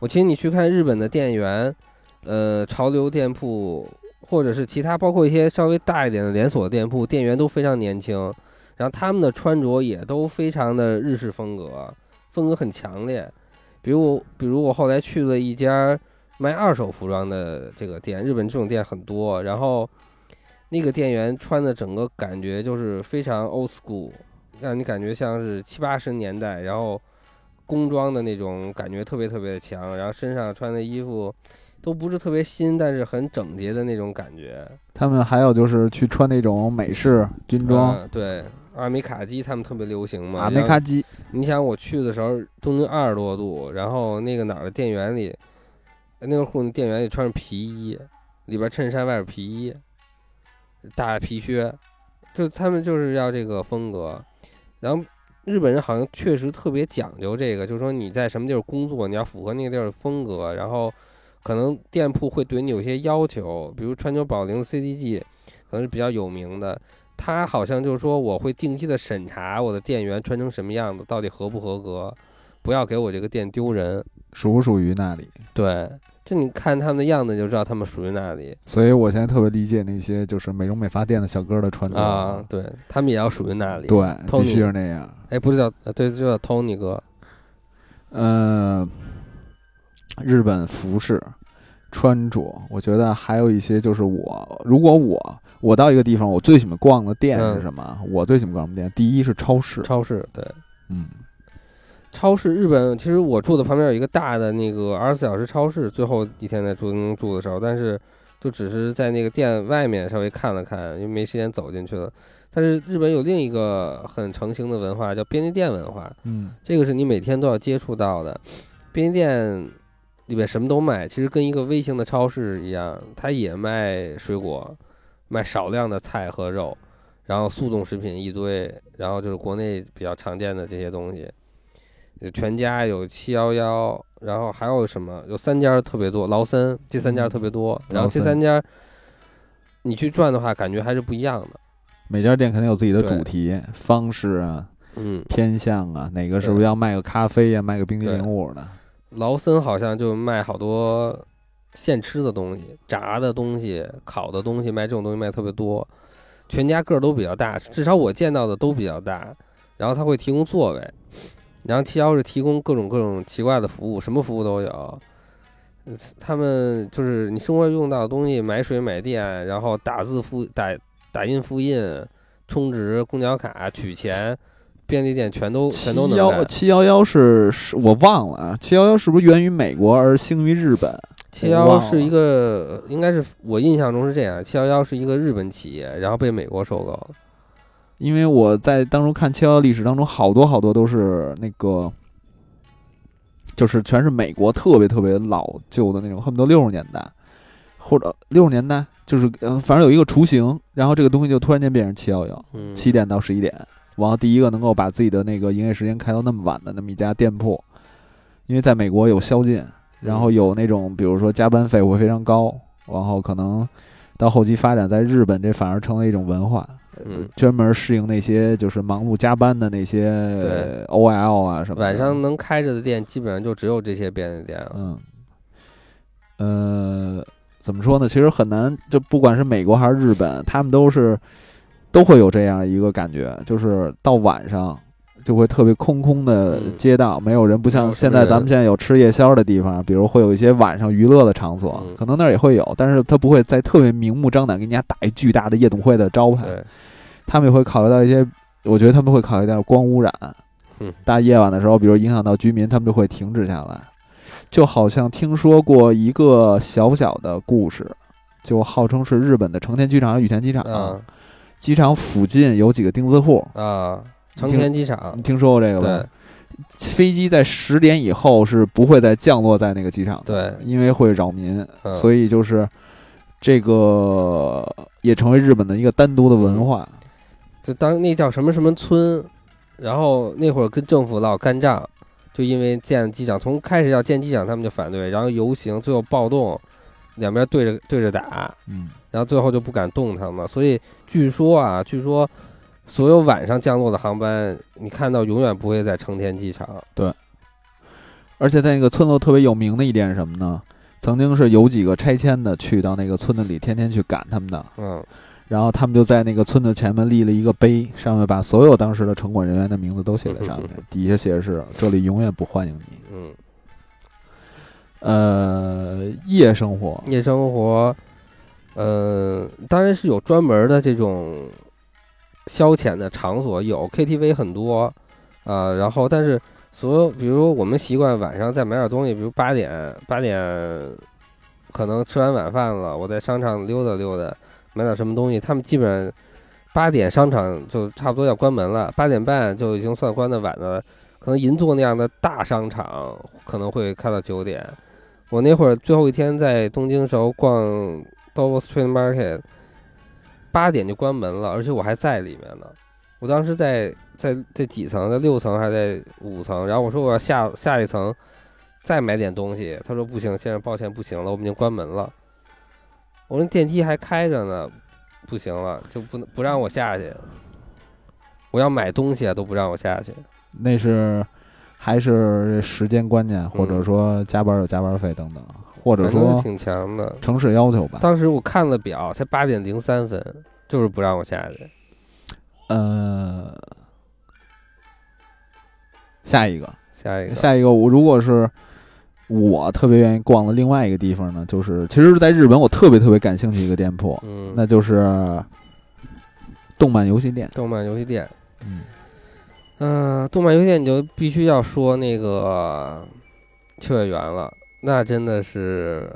我其实你去看日本的店员，呃，潮流店铺或者是其他，包括一些稍微大一点的连锁店铺，店员都非常年轻，然后他们的穿着也都非常的日式风格，风格很强烈。比如我，比如我后来去了一家卖二手服装的这个店，日本这种店很多，然后那个店员穿的整个感觉就是非常 old school，让你感觉像是七八十年代，然后工装的那种感觉特别特别的强，然后身上穿的衣服都不是特别新，但是很整洁的那种感觉。
他们还有就是去穿那种美式军装、
嗯对，阿美卡基他们特别流行嘛。
啊，没
然后
卡基，
你想我去的时候东京二十多度，然后那个哪儿的店员里，那个户店员里穿着皮衣，里边衬衫外边皮衣，大皮靴，就他们就是要这个风格。然后日本人好像确实特别讲究这个，就是说你在什么地儿工作，你要符合那个地儿的风格，然后可能店铺会对你有些要求，比如川久保玲 CDG 可能是比较有名的，他好像就是说我会定期的审查我的店员穿成什么样子，到底合不合格，不要给我这个店丢人。
属不属于那里？
对，就你看他们的样子就知道他们属于哪里
所以我现在特别理解那些就是美容美发店的小哥的穿着
啊，，对他们也要属于那里。，
对，
Tony
必须是那样。
哎，不是叫呃对，就叫 Tony 哥，
呃，日本服饰穿着，我觉得还有一些就是我，如果我我到一个地方，我最喜欢逛的店
嗯
是什么？我最喜欢逛什么店？第一是超市，
超市对。
嗯，
超市，日本其实我住的旁边有一个大的那个二十四小时超市。最后几天在住京住的时候，但是就只是在那个店外面稍微看了看，因为没时间走进去了。但是日本有另一个很成型的文化，叫便利店文化，
嗯，
这个是你每天都要接触到的。便利店里面什么都卖，其实跟一个微型的超市一样，它也卖水果，卖少量的菜和肉，然后速冻食品一堆，然后就是国内比较常见的这些东西。有全家有七幺幺，然后还有什么？有三家特别多，劳森这三家特别多，然后这
嗯劳森
三家你去转的话，感觉还是不一样的。
每家店肯定有自己的
对
主题、方式啊、
嗯，
偏向啊，哪个是
对
不是要卖个咖啡呀、卖个冰激凌
对
物的？
劳森好像就卖好多现吃的东西，炸的东西、烤的东西，卖这种东西卖特别多。全家个儿都比较大，至少我见到的都比较大。然后他会提供座位，然后七幺是提供各种各种奇怪的服务，什么服务都有。呃他们就是你生活用到的东西，买水、买电，然后打字复打打印复印、充值、公交卡、取钱，便利店全都全都能干。
七幺幺是是我忘了啊，七幺幺是不是源于美国而兴于日本？
七
我
幺
忘
是一
了
个，应该是我印象中是这样，七幺幺是一个日本企业，然后被美国收购了。
因为我在当中看七幺幺历史当中，好多好多都是那个，就是全是美国特别特别老旧的那种，恨不得六十年代或者六十年代，就是呃，反正有一个雏形，然后这个东西就突然间变成七幺幺，
嗯，
七点到十一点，然后第一个能够把自己的那个营业时间开到那么晚的那么一家店铺，因为在美国有宵禁，
嗯
然后有那种比如说加班费会非常高，然后可能到后期发展，在日本这反而成了一种文化，
嗯，
专门适应那些就是盲目加班的那些
对
OL 啊什么的。
晚上能开着的店基本上就只有这些便利店了。
嗯，呃，怎么说呢？其实很难，就不管是美国还是日本，他们都是都会有这样一个感觉，就是到晚上就会特别空空的
嗯
街道，没有人，不
没
像
有什
现
么
在
人
咱们现在有吃夜宵的地方，比如会有一些晚上娱乐的场所，
嗯
可能那儿也会有，但是他不会在特别明目张胆给人家打一巨大的夜总会的招牌，
对，
他们也会考虑到一些，我觉得他们会考虑到光污染
嗯，
大夜晚的时候，比如影响到居民，他们就会停止下来。就好像听说过一个小小的故事，就号称是日本的成田机场、羽田机场，
啊
机场附近有几个钉子户，
啊，成
听
田机场
你，听说过这个
对
吧？飞机在十点以后是不会再降落在那个机场的，
对，
因为会扰民，
嗯
所以就是这个也成为日本的一个单独的文化。
就当那叫什么什么村，然后那会儿跟政府老干仗，就因为建机场，从开始要建机场他们就反对，然后游行，最后暴动，两边对着对着打，
嗯，
然后最后就不敢动他们了。所以据说啊，据说所有晚上降落的航班，你看到永远不会在成田机场。
而且在那个村落特别有名的一点是什么呢？曾经是有几个拆迁的去到那个村子里，天天去赶他们的，
嗯，
然后他们就在那个村子前面立了一个碑，上面把所有当时的城管人员的名字都写在上面 底下写的是“这里永远不欢迎你
嗯，”。
呃，夜生活，
夜生活，呃，当然是有专门的这种消遣的场所，有 KTV 很多啊、然后但是所有，比如我们习惯晚上再买点东西，比如八点八点可能吃完晚饭了，我在商场溜达溜达，买点什么东西，他们基本八点商场就差不多要关门了，八点半就已经算关的晚的了。可能银座那样的大商场可能会开到九点，我那会儿最后一天在东京时候逛 Dover Street Market，八点就关门了，而且我还在里面呢。我当时在在这几层，在六层还在五层，然后我说我要下下一层再买点东西，他说不行，先生，抱歉，不行了，我们已经关门了。我那电梯还开着呢，不行了，就不能不让我下去。我要买东西啊，都不让我下去。
那是还是时间观念，或者
嗯
说加班有加班费等等，或者
反正是
说
挺强的。
城市要求吧。
当时我看了表，才八点零三分，就是不让我下去。
呃，下一个，
下一个，
下一个，我如果是我特别愿意逛的另外一个地方呢，就是其实，在日本我特别特别感兴趣一个店铺，
嗯，
那就是动漫游戏店。
动漫游戏店，
嗯，
嗯、动漫游戏店你就必须要说那个秋叶原了，那真的是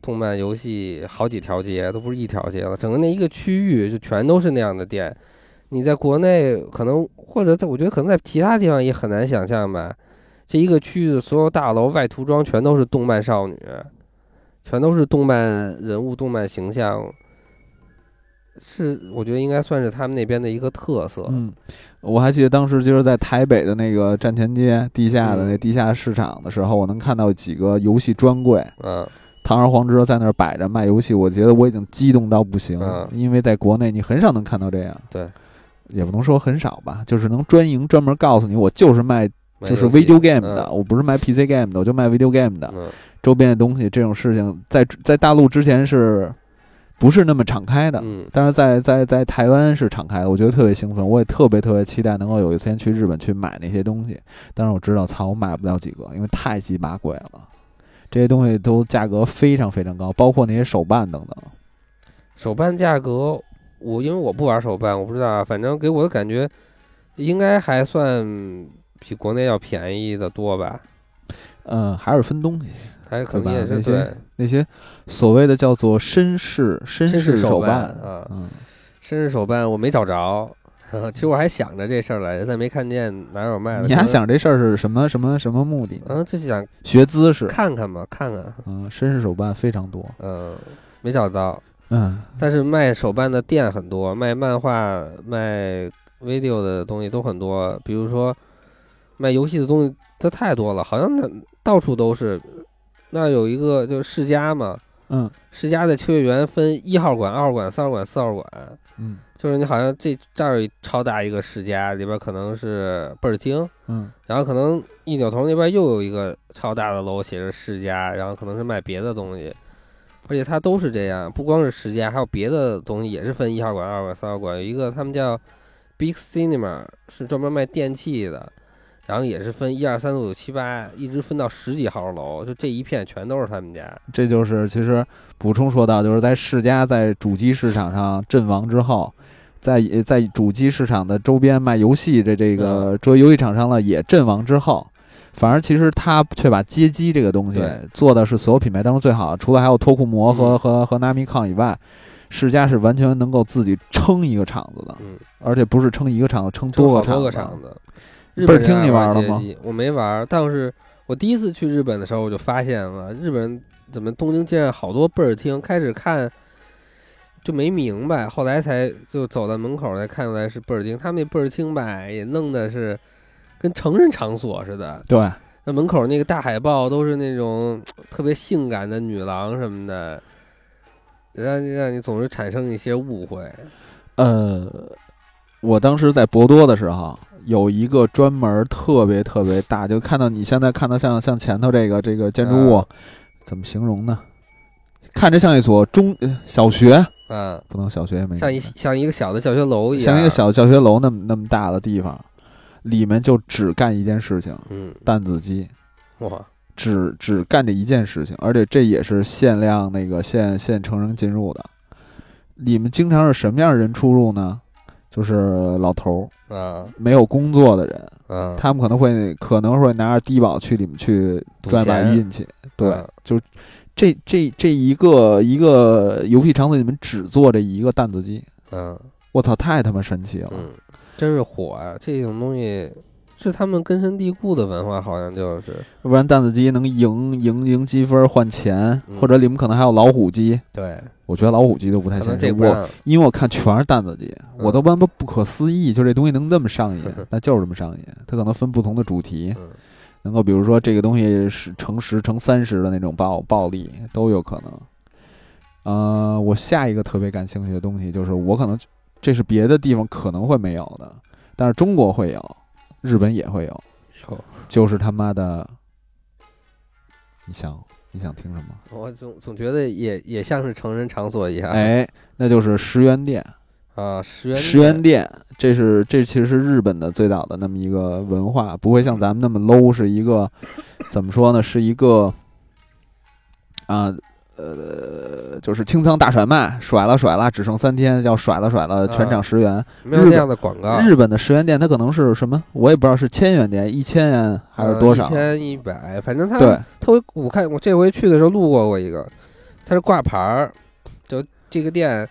动漫游戏好几条街，都不是一条街了，整个那一个区域就全都是那样的店。你在国内可能或者在我觉得可能在其他地方也很难想象吧，这一个区域的所有大楼外涂装全都是动漫少女，全都是动漫人物、动漫形象。是，我觉得应该算是他们那边的一个特色。
嗯，我还记得当时就是在台北的那个站前街地下的
嗯
那地下市场的时候，我能看到几个游戏专柜，
嗯，
堂而皇之在那儿摆着卖游戏，我觉得我已经激动到不行，
嗯
因为在国内你很少能看到这样。
对。
也不能说很少吧，就是能专营专门告诉你，我就是卖
买
就是
游戏
video game 的，，我不是卖 PC game 的，我就卖 video game 的
嗯
周边的东西。这种事情在在大陆之前是不是那么敞开的？
嗯
但是在在在台湾是敞开的，我觉得特别兴奋，我也特别特别期待能够有一天去日本去买那些东西。但是我知道，操，我买不了几个，因为太鸡巴贵了，这些东西都价格非常非常高，包括那些手办等等。
嗯，手办价格，我因为我不玩手办，我不知道啊，反正给我的感觉，应该还算比国内要便宜的多吧，
嗯，还是分东西，
还可能
对吧
也是
那些
对
那些所谓的叫做绅士绅
绅
士
士手
办
办啊
嗯，
绅士手办，我没找着。 其实我还想着这事儿来着，但没看见哪有卖的。
你还
可能？
想这事儿是什么什么什么目的呢？
嗯，就是想
学姿势，
看看嘛，看看，
嗯，绅士手办非常多，
嗯，没找到。
嗯，
但是卖手办的店很多，卖漫画、卖 video 的东西都很多，比如说卖游戏的东西，这太多了，好像那到处都是。那有一个就是世家嘛，
嗯
世家在秋叶原分一号馆、二号馆、三号馆、四号馆，
嗯
就是你好像这这儿有一超大一个世家，里边可能是倍儿精，
嗯
然后可能一扭头那边又有一个超大的楼，写着世家，然后可能是卖别的东西，而且它都是这样，不光是世家，还有别的东西也是分一号馆、二号馆、三号馆，有一个他们叫 Big Cinema 是专门卖电器的，然后也是分一二三四五六七八，一直分到十几号楼，就这一片全都是他们家。
这就是其实补充说到，就是在世嘉在主机市场上阵亡之后，在在主机市场的周边卖游戏的这
嗯
个作为游戏厂商呢也阵亡之后，反而其实他却把街机这个东西
对
做的是所有品牌当中最好，除了还有脱库摩和、
嗯
和和 Namicon 以外。世嘉是完全能够自己撑一个厂子的，
嗯，
而且不是撑一个厂子，撑
就
多
好
个厂子。
多个厂子。日
不是
本人
听你
爱
玩了
街
吗
机？我没玩儿，但是我第一次去日本的时候，我就发现了日本人怎么东京见好多倍儿厅，开始看就没明白，后来才就走到门口才看出来是倍儿厅。他们那倍儿厅吧，也弄的是跟成人场所似的，
对，
那门口那个大海报都是那种特别性感的女郎什么的，让让你总是产生一些误会。
呃，我当时在博多的时候，有一个专门儿特别特别大，就看到你现在看到像像前头这个这个建筑物，
嗯
怎么形容呢？看着像一所中呃小学，
啊，
不能小学也没
像一像一个小的教学楼一样，
像一个小教学楼那么那么大的地方，里面就只干一件事情，
嗯
弹子机。
哇
只只干这一件事情，而且这也是限量那个限限成人进入的。你们经常是什么样的人出入呢？就是老头儿，
啊
没有工作的人，
啊，
他们可能会可能会拿着低保去里面去
赌
赚把
钱
运气。对，
嗯
就这这这一个一个游戏场所里面只做这一个弹子机，
嗯
我操，太他妈神奇了！
嗯，真是火啊！这种东西是他们根深蒂固的文化，好像就是
要不然弹子机能赢赢赢积分换钱，
嗯
或者里面可能还有老虎机。
对，
我觉得老虎机都不太
可
现
能
实，
这不
我
让
因为我看全是弹子机，
嗯
我都他妈不可思议，就这东西能这么上 瘾，那就是这么上瘾。它可能分不同的主题
嗯，
能够比如说这个东西是乘十、乘三十的那种暴暴力都有可能。呃，我下一个特别感兴趣的东西就是，我可能这是别的地方可能会没有的，但是中国会有，日本也会有，
有。
就是他妈的，你想你想听什么？
我总总觉得也也像是成人场所一样，
哎，那就是十元店。
啊，十元
十元店，这是这其实是日本的最早的那么一个文化，不会像咱们那么 low，是一个怎么说呢？是一个啊呃，就是清仓大甩卖，甩了甩了，只剩三天，要甩了甩了，全
啊
场十元。
没有
日
这
本
样的广告，
日本的十元店，它可能是什么？我也不知道是千元店、一千元还是多少
呃一。千一百，反正他
对，
特别，我看我这回去的时候路过过一个，它是挂牌儿，就这个店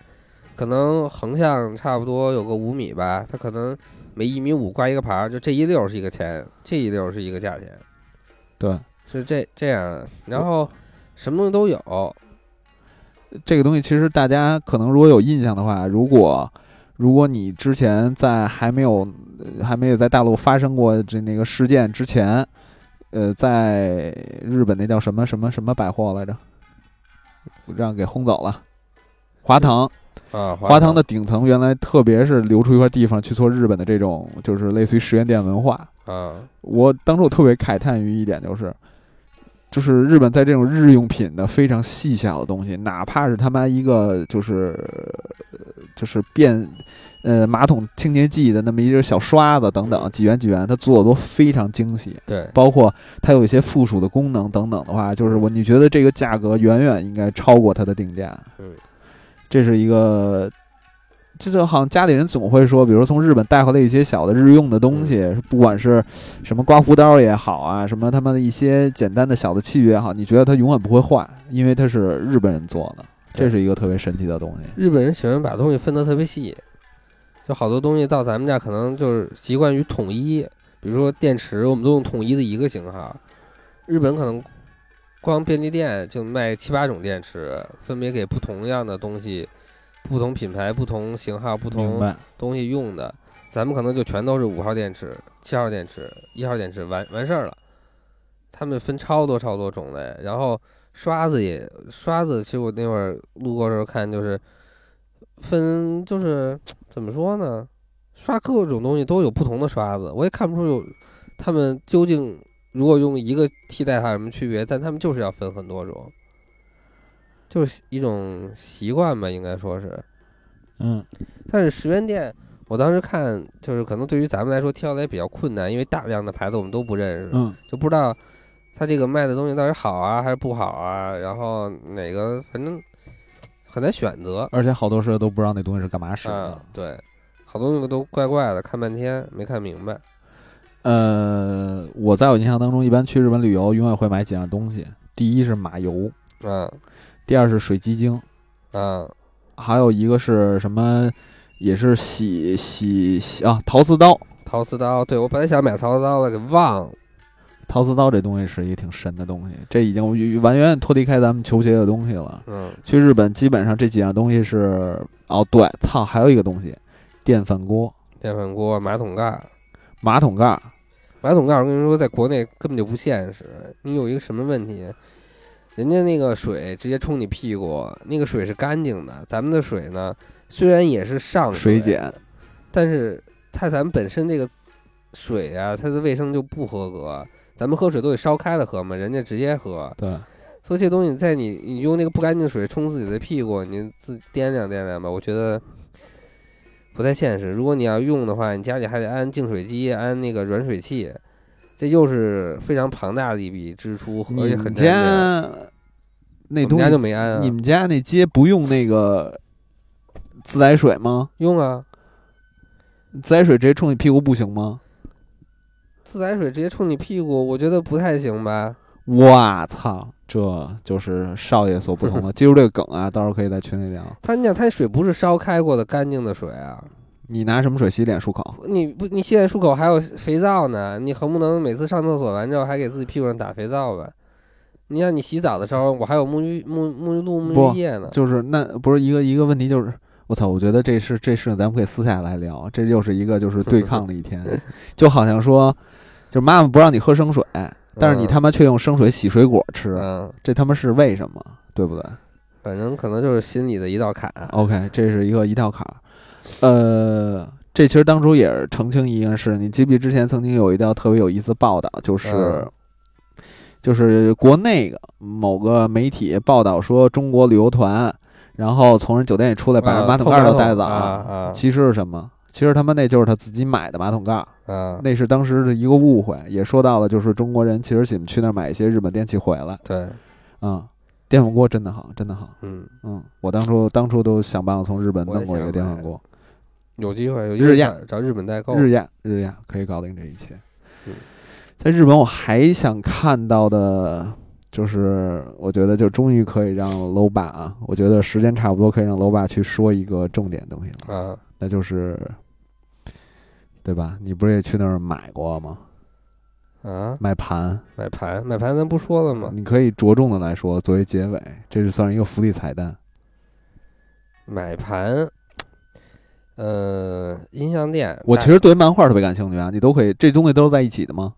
可能横向差不多有个五米吧，它可能每一米五挂一个牌儿，就这一溜儿是一个钱，这一溜儿是一个价钱，
对，
是这这样的。然后什么东西都有，
这个东西其实大家可能如果有印象的话，如果如果你之前在还没有呃还没有在大陆发生过这那个事件之前，呃，在日本那叫什么什么什么百货来着，让给轰走了。华堂，
啊，
华堂的顶层原来特别是留出一块地方去做日本的这种，就是类似于实验店文化。
啊，
我当时我特别慨叹于一点就是，就是日本在这种日用品的非常细小的东西，哪怕是他妈一个就是呃就是变呃马桶清洁剂的那么一个小刷子等等，
嗯
几元几元，它做的都非常精细，
对，
包括它有一些附属的功能等等的话，就是
嗯
我你觉得这个价格远远应该超过它的定价，
嗯，
这是一个。这就好像家里人总会说，比如说从日本带回来一些小的日用的东西，
嗯
不管是什么刮胡刀也好啊，什么他们的一些简单的小的器具也好，你觉得它永远不会坏，因为它是日本人做的，
对
这是一个特别神奇的东西。
日本人喜欢把东西分得特别细，就好多东西到咱们这儿可能就是习惯于统一，比如说电池，我们都用统一的一个型号。日本可能光便利店就卖七八种电池，分别给不同样的东西、不同品牌、不同型号、不
明
同
白？
东西用的。咱们可能就全都是五号电池、七号电池、一号电池，完完事儿了。他们分超多超多种类，然后刷子也刷子，其实我那会儿路过的时候看，就是分就是怎么说呢，刷各种东西都有不同的刷子，我也看不出有他们究竟如果用一个替代它有什么区别，但他们就是要分很多种，就是一种习惯吧，应该说是。
嗯
但是十元店，我当时看就是可能对于咱们来说挑起来比较困难，因为大量的牌子我们都不认识，
嗯
就不知道他这个卖的东西到底好啊还是不好啊，然后哪个反正很难选择。
而且好多时候都不知道那东西是干嘛使的。
啊，对，好多那个都怪怪的，看半天没看明白。
呃，我在我印象当中，一般去日本旅游，永远会买几样东西。第一是马油，
啊
第二是水鸡精，
啊
还有一个是什么？也是洗洗洗啊，陶瓷刀。
陶瓷刀，对我本来想买陶瓷刀的，给忘了。
陶瓷刀这东西是一个挺神的东西，这已经完全脱离开咱们球鞋的东西了。
嗯，
去日本基本上这几样东西是哦，对，操，还有一个东西，电饭锅、
电饭锅、马桶盖儿，
马桶盖儿。
马桶盖儿，我跟你说，在国内根本就不现实。你有一个什么问题？人家那个水直接冲你屁股，那个水是干净的，咱们的水呢，虽然也是上
水碱，
但是它咱们本身这个水啊，它的卫生就不合格。咱们喝水都得烧开了喝嘛，人家直接喝，
对，
所以这东西在你你用那个不干净水冲自己的屁股，你自己掂量掂量吧，我觉得不太现实。如果你要用的话，你家里还得安净水机、安那个软水器，这又是非常庞大的一笔支出，而
你
且很
们
占地
家
我
那
们
东
家
西
就没安啊，
你们家那街不用那个自来水吗？
用啊，
自来水直接冲你屁股不行吗？
自来水直接冲你屁股，我觉得不太行吧？
我操，这就是少爷所不同 的。记住这个梗啊，到时候可以在群里聊。
它你想，它水不是烧开过的干净的水啊，
你拿什么水洗脸漱口？
你不，你现在漱口还有肥皂呢，你横不能每次上厕所完之后还给自己屁股上打肥皂吧？你像你洗澡的时候，我还有沐浴沐沐浴露、沐
不
浴液呢。
就是那不是一个一个问题，就是我操，我觉得这是这事情咱们可以私下来聊，这又是一个就是对抗的一天，就好像说，就是妈妈不让你喝生水，但是你
嗯
他妈却用生水洗水果吃，
嗯，
这他妈是为什么？对不对
反正可能就是心里的一道坎。啊
？OK，这是一个一道坎儿，呃。这其实当初也是澄清一件事，你记不记之前曾经有一条特别有意思的报道，就是、
嗯
就是国内的某个媒体报道说中国旅游团，然后从人酒店里出来把人
啊
马桶
偷
盖儿都
马
带
桶
走，
啊
其实是什么？其实他妈那就是他自己买的马桶盖儿，
啊啊！
那是当时的一个误会，也说到了，就是中国人其实喜欢去那儿买一些日本电器回来，
对，
嗯，电饭锅真的好，真的好，
嗯，
嗯，我当初当初都想办法从日本
我也
弄过一个
想
电
买
饭锅，
有机会有机
日
会
亚
找找日本代购。
日亚日亚可以搞定这一切
嗯。
在日本，我还想看到的就是，我觉得就终于可以让楼爸啊，我觉得时间差不多可以让楼爸去说一个重点东西了，
啊，
那就是，对吧？你不是也去那儿买过吗？
啊，
买盘，
买盘买盘咱不说了吗？
你可以着重的来说作为结尾，这是算是一个福利彩蛋。
买盘，呃，音像店。
我
大
其实对于漫画特别感兴趣啊，你都可以，这东西都是在一起的吗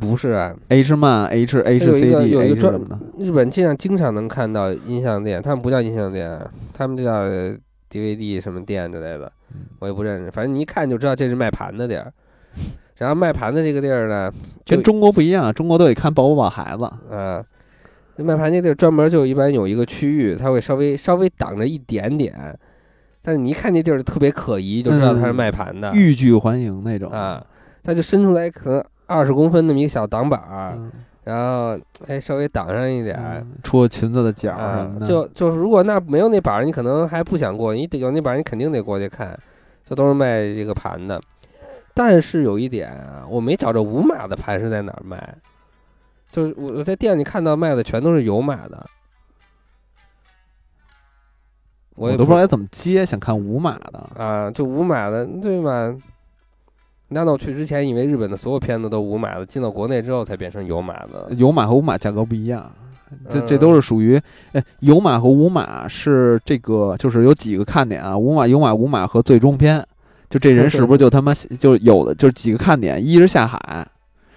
不是啊，
？H 漫、H H
有
C
一
D
个有一
H
个专
什么的，
日本街上经常能看到音像店，他们不叫音像店，啊他们就叫 DVD 什么店之类的，
嗯
我也不认识。反正你一看就知道这是卖盘的地儿。然后卖盘的这个地儿呢，就
跟中国不一样，中国都得看宝宝宝孩子。
啊，卖盘这地儿专门就一般有一个区域，它会稍微稍微挡着一点点，但是你一看那地儿就特别可疑，就知道它是卖盘的、
欲拒还迎那种
啊。它就伸出来可能二十公分那么一个小挡板儿，
嗯
然后哎稍微挡上一点儿。
嗯戳裙子的角儿什
啊
么，的，
就就是如果那没有那板儿，你可能还不想过，你得有那板儿，你肯定得过去看，这都是卖这个盘的。但是有一点啊，我没找着无码的盘是在哪儿卖，就是我我在店里看到卖的全都是有码的，我
我
也
都不知道该怎么接，想看无码的。
啊，就无码的对吗？难道我去之前以为日本的所有片子都无码的，进到国内之后才变成有码的？
有码和无码价格不一样，这这
嗯
都是属于，哎，有码和无码是这个，就是有几个看点啊，无码、有码、无码和最终篇，就这人是不是就他妈就有的就是几个看点，一是下海，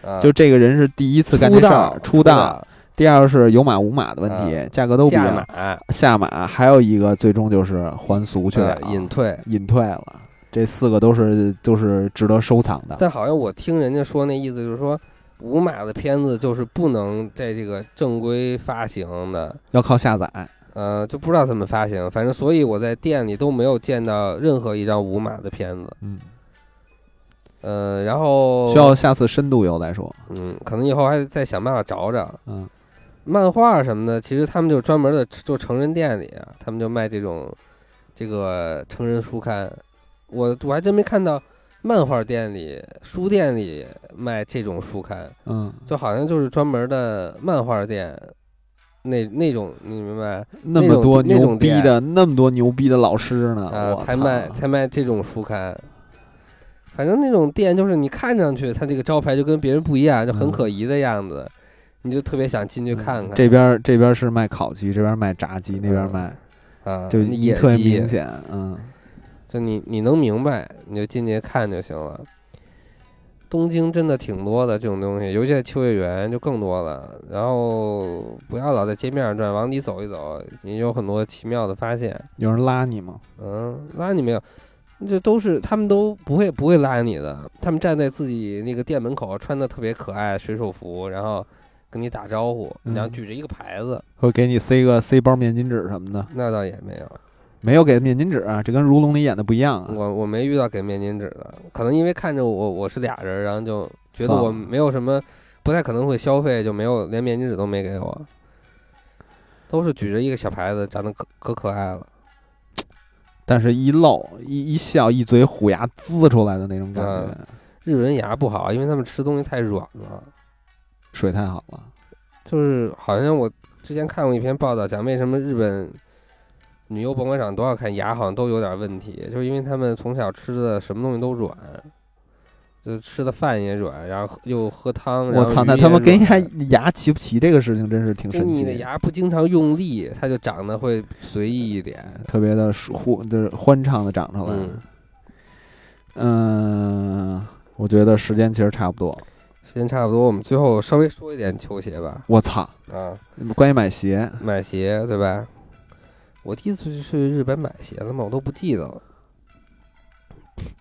啊、
就这个人是第一次干这
出
事
道啊
儿，出道；第二是有马无马的问题，价格都不一
下
样。
马
下马还有一个，最终就是还俗去了
对，隐退。
隐退了。这四个都是都是值得收藏的。
但好像我听人家说那意思就是说，无码的片子就是不能在这个正规发行的，
要靠下载，
呃，就不知道怎么发行。反正所以我在店里都没有见到任何一张无码的片子。
嗯，
呃，然后
需要下次深度游再说。
嗯，可能以后还得再想办法找找。
嗯，
漫画什么的，其实他们就专门的就成人店里啊，他们就卖这种这个成人书刊。我我还真没看到漫画店里、书店里卖这种书刊，
嗯，
就好像就是专门的漫画店那那种，你明白？
那
那
么
种
多
那
牛
种
逼
店
的，那么多牛逼的老师呢，
啊，
我
才
操
卖才卖这种书刊。反正那种店就是你看上去它这个招牌就跟别人不一样，就很
嗯
可疑的样子，你就特别想进去看看。
这边儿这边儿是卖烤鸡，这边儿卖炸鸡，那边儿
嗯
卖
啊，
就
那
一
野
特别
鸡
明显，嗯
就你你能明白，你就进去看就行了。东京真的挺多的这种东西，尤其在秋叶原就更多了。然后不要老在街面上转，往里走一走，你有很多奇妙的发现。
有人拉你吗？
嗯，拉你没有？这都是他们都不会不会拉你的，他们站在自己那个店门口，穿的特别可爱水手服，然后跟你打招呼，然后
嗯
举着一个牌子，
会给你塞个塞包面巾纸什么的？
那倒也没有。
没有给面巾纸、啊，这跟如龙里演的不一样啊。
我我没遇到给面巾纸的，可能因为看着我我是俩人，然后就觉得
算
我
了
没有什么，不太可能会消费，就没有连面巾纸都没给我，都是举着一个小牌子，长得可可可爱了，
但是一露一一笑，一嘴虎牙呲出来的那种感觉，
日本人牙不好，因为他们吃东西太软了，
水太好了。
就是好像我之前看过一篇报道，讲为什么日本女优甭管长多好看，牙好像都有点问题，就是因为他们从小吃的什么东西都软。就吃的饭也软，然后喝又喝汤。然
我
后
操，
鱼
那
也
他们跟
软
牙牙齐不齐这个事情真是挺
就
神
你
奇
的牙不经常用力，它就长得会随意一点。
特别的舒欢，就是欢畅的长出来。
嗯，
嗯、我觉得时间其实差不多了。
时间差不多，我们最后稍微说一点球鞋吧。
我操，
啊，
关于买鞋，
买鞋对吧？我第一次去日本买鞋了嘛，我都不记得了。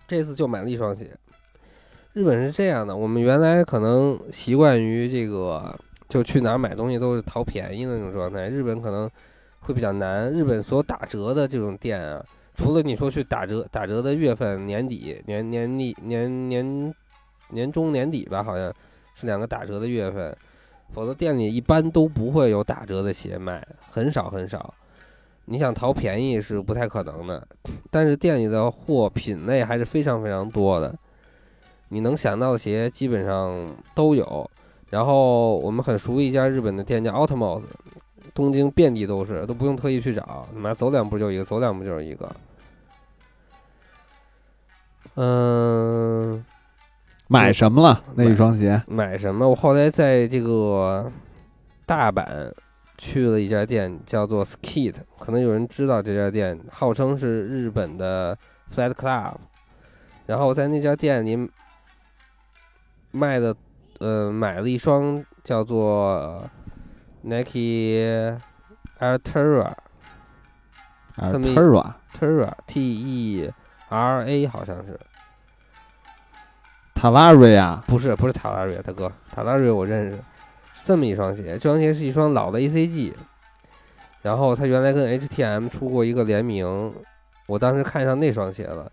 这次就买了一双鞋。日本是这样的，我们原来可能习惯于这个，就去哪儿买东西都是淘便宜的那种状态。日本可能会比较难，日本所有打折的这种店啊，除了你说去打折打折的月份，年底、年年底、年年年中、年底吧，好像是两个打折的月份，否则店里一般都不会有打折的鞋卖，很少很少。你想淘便宜是不太可能的，但是店里的货品类还是非常非常多的，你能想到的鞋基本上都有。然后我们很熟一家日本的店叫 Outmos，东京遍地都是，都不用特意去找，你妈走两步就一个，走两步就是一个。嗯、
买什么了？那一双鞋，
买什么？我后来在这个大阪去了一家店，叫做 Skit，可能有人知道这家店，号称是日本的 Flat Club。然后在那家店里卖的，呃，买了一双叫做 Nike Altera
啊
这么一
Terra
Terra T E R A 好像是，
Talaria
不是不是塔拉瑞大哥，塔拉瑞我认识，是这么一双鞋，这双鞋是一双老的 ACG，然后它原来跟 HTM 出过一个联名，我当时看上那双鞋了，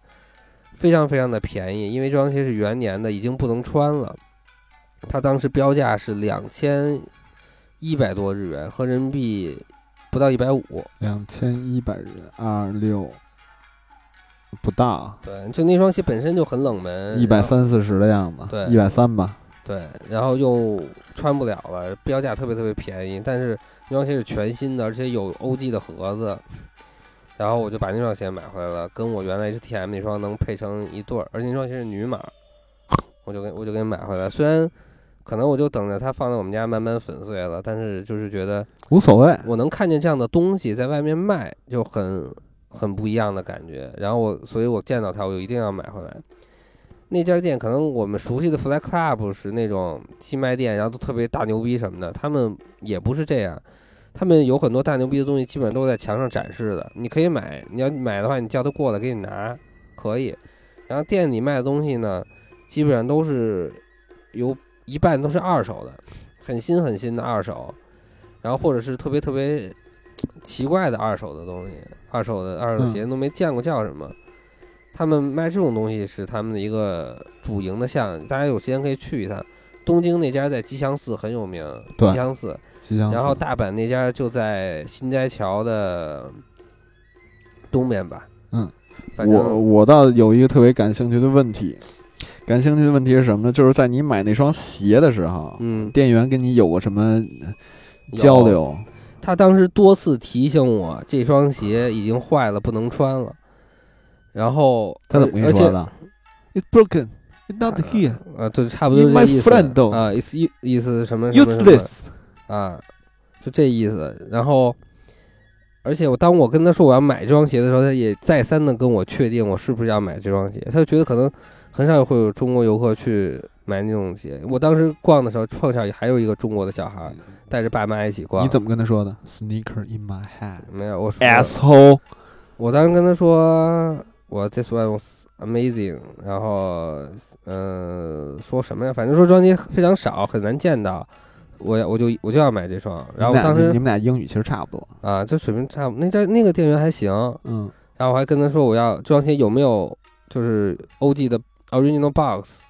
非常非常的便宜，因为这双鞋是元年的，已经不能穿了，它当时标价是两千一百多日元，合人民币不到一百五，
两千一百人二六不到，
对，就那双鞋本身就很冷门，
一百
然后
三四十的样子，
嗯对
一百三吧。
对，然后又穿不了了，标价特别特别便宜，但是那双鞋是全新的，而且有 OG 的盒子，然后我就把那双鞋买回来了，跟我原来 HTM 那双能配成一对儿，而且那双鞋是女码，我就给我就给买回来，虽然可能我就等着它放在我们家慢慢粉碎了，但是就是觉得
无所谓，
我能看见这样的东西在外面卖，就很很不一样的感觉。然后我，所以我见到它，我就一定要买回来。那家店可能我们熟悉的 Fly Club 是那种寄卖店，然后都特别大牛逼什么的，他们也不是这样。他们有很多大牛逼的东西，基本都在墙上展示的。你可以买，你要买的话，你叫他过来给你拿，可以。然后店里卖的东西呢，基本上都是有一半都是二手的，很新很新的二手，然后或者是特别特别奇怪的二手的东西，二手的二
嗯
手鞋都没见过叫什么。他们卖这种东西是他们的一个主营的项，大家有时间可以去一趟。东京那家在吉祥寺很有名，
对
吉祥寺。
吉祥寺。
然后大阪那家就在新斋桥的东边吧。
嗯，
反
我
正
我倒有一个特别感兴趣的问题，感兴趣的问题是什么呢？就是在你买那双鞋的时候，
嗯
店员跟你有过什么
有
交。流？
他当时多次提醒我，这双鞋已经坏了，不能穿了。然后
他怎么跟
而
你
且
说的？It's broken, it's not here,
啊，对，差不多
You're
这
my
意思
friend
啊，意思意思什么什么什么
useless。
啊，就这意思。然后，而且我当我跟他说我要买这双鞋的时候，他也再三的跟我确定我是不是要买这双鞋。他就觉得可能很少会有中国游客去买那种鞋。我当时逛的时候碰巧还有一个中国的小孩儿带着爸妈一起逛。
你怎么跟他说的？Sneaker in my hand,
没有？我说
asshole。
我当时跟他说我 this one was amazing，然后嗯、呃说什么呀？反正说这双鞋非常少，很难见到。我要我就我就要买这双，然后
你们俩
我当时
你们俩英语其实差不多。
啊，这水平差不那家那个店员还行，
嗯，
然后我还跟他说我要这双鞋有没有就是 OG 的 original box，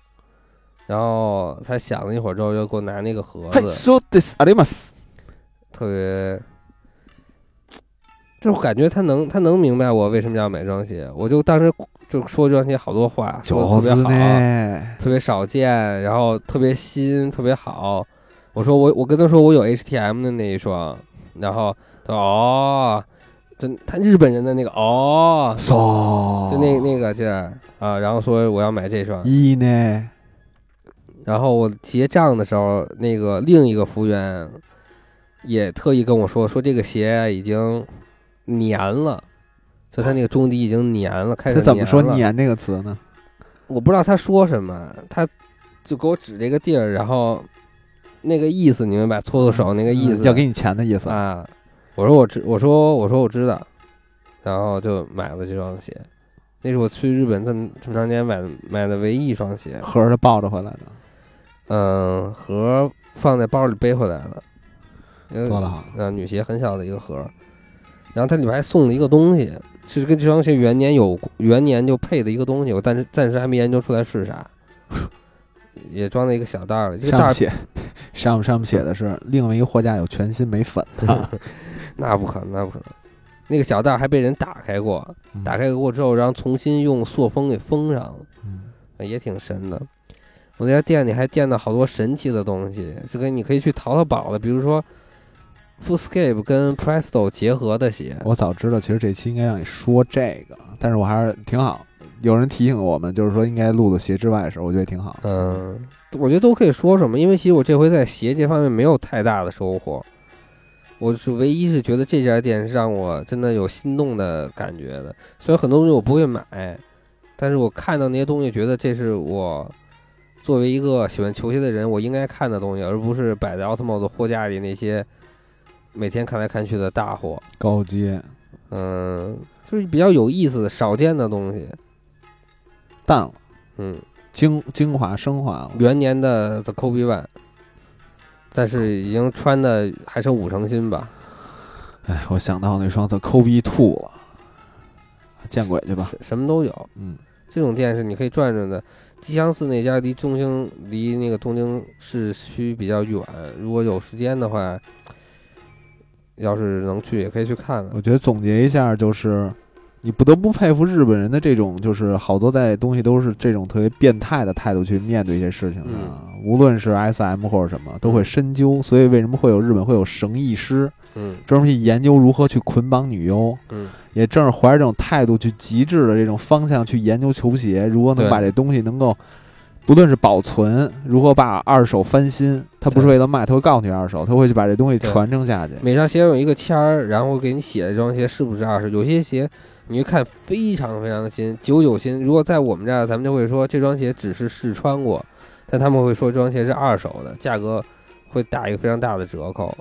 然后他想了一会儿之后就给我拿那个盒
嘿
子，
，so this arimas。
特别，就是我感觉他能他能明白我为什么要买这双鞋，我就当时就说这双鞋好多话，说的特别好，
呢？
特别少见，然后特别新，特别好。我说我我跟他说我有 HTM 的那一双，然后他说哦，真他日本人的那个哦，
so
就那那个劲儿啊，然后说我要买这双，
一呢？
然后我结账的时候，那个另一个服务员也特意跟我说说这个鞋已经粘了，就他那个中底已经粘了，开始
他怎么说“
了
粘”这个词呢？
我不知道他说什么，他就给我指这个地儿，然后那个意思你明白，搓搓手那个意
嗯
思，
要给你钱的意思。
啊。我说我知，我说我说我知道，然后就买了这双鞋，那是我去日本这么这么长时间买的买的唯一一双鞋，
盒儿他抱着回来的，
嗯，盒放在包里背回来了，呃
做得好。
啊，女鞋很小的一个盒儿，然后它里面还送了一个东西，其实跟这双鞋元年有元年就配的一个东西，我但是暂时还没研究出来是啥， 也装在一个小袋儿里。这个
上
袋
面
儿
写， 上面上面写的是另外一个货架有全新美粉的，
那不可能，那不可能，那个小袋儿还被人打开过，
嗯
打开过之后，然后重新用塑封给封上了，
嗯
呃也挺神的。我在这店里还见到好多神奇的东西，这个你可以去淘淘宝的，比如说 Footscape 跟 Presto 结合的鞋，
我早知道，其实这期应该让你说这个，但是我还是挺好。有人提醒我们，就是说应该录录鞋之外的事儿，我觉得挺好。
嗯，我觉得都可以说什么，因为其实我这回在鞋这方面没有太大的收获，我是唯一是觉得这家店是让我真的有心动的感觉的。虽然很多东西我不会买，但是我看到那些东西，觉得这是我作为一个喜欢球鞋的人，我应该看的东西，而不是摆在奥特曼的货架里那些每天看来看去的大货。
高阶，
嗯，就是比较有意思的、少见的东西。
淡了，
嗯，
精精华升华了。
元年的 The Kobe One，但是已经穿的还剩五成新吧？
哎，我想到那双的 Kobe Two 了，见鬼去吧！
什什么都有。
嗯，
这种店是你可以转转的。吉祥寺那家离东京离那个东京市区比较远，如果有时间的话，要是能去也可以去看看。
我觉得总结一下就是，你不得不佩服日本人的这种，就是好多在东西都是这种特别变态的态度去面对一些事情的啊，
嗯
无论是 S M 或者什么，都会深究。所以为什么会有日本会有绳艺师
嗯
专门去研究如何去捆绑女优？
嗯，
也正是怀着这种态度去极致的这种方向去研究球鞋，如何能
对
把这东西能够不论是保存如何把二手翻新，他不是
对
为了卖，他会告诉你二手，他会去把这东西
对
传承下去。
每双鞋有一个签儿，然后给你写这双鞋是不是二手。有些鞋你一看非常非常新，九九新。如果在我们这儿，咱们就会说这双鞋只是试穿过，但他们会说这双鞋是二手的，价格会打一个非常大的折扣。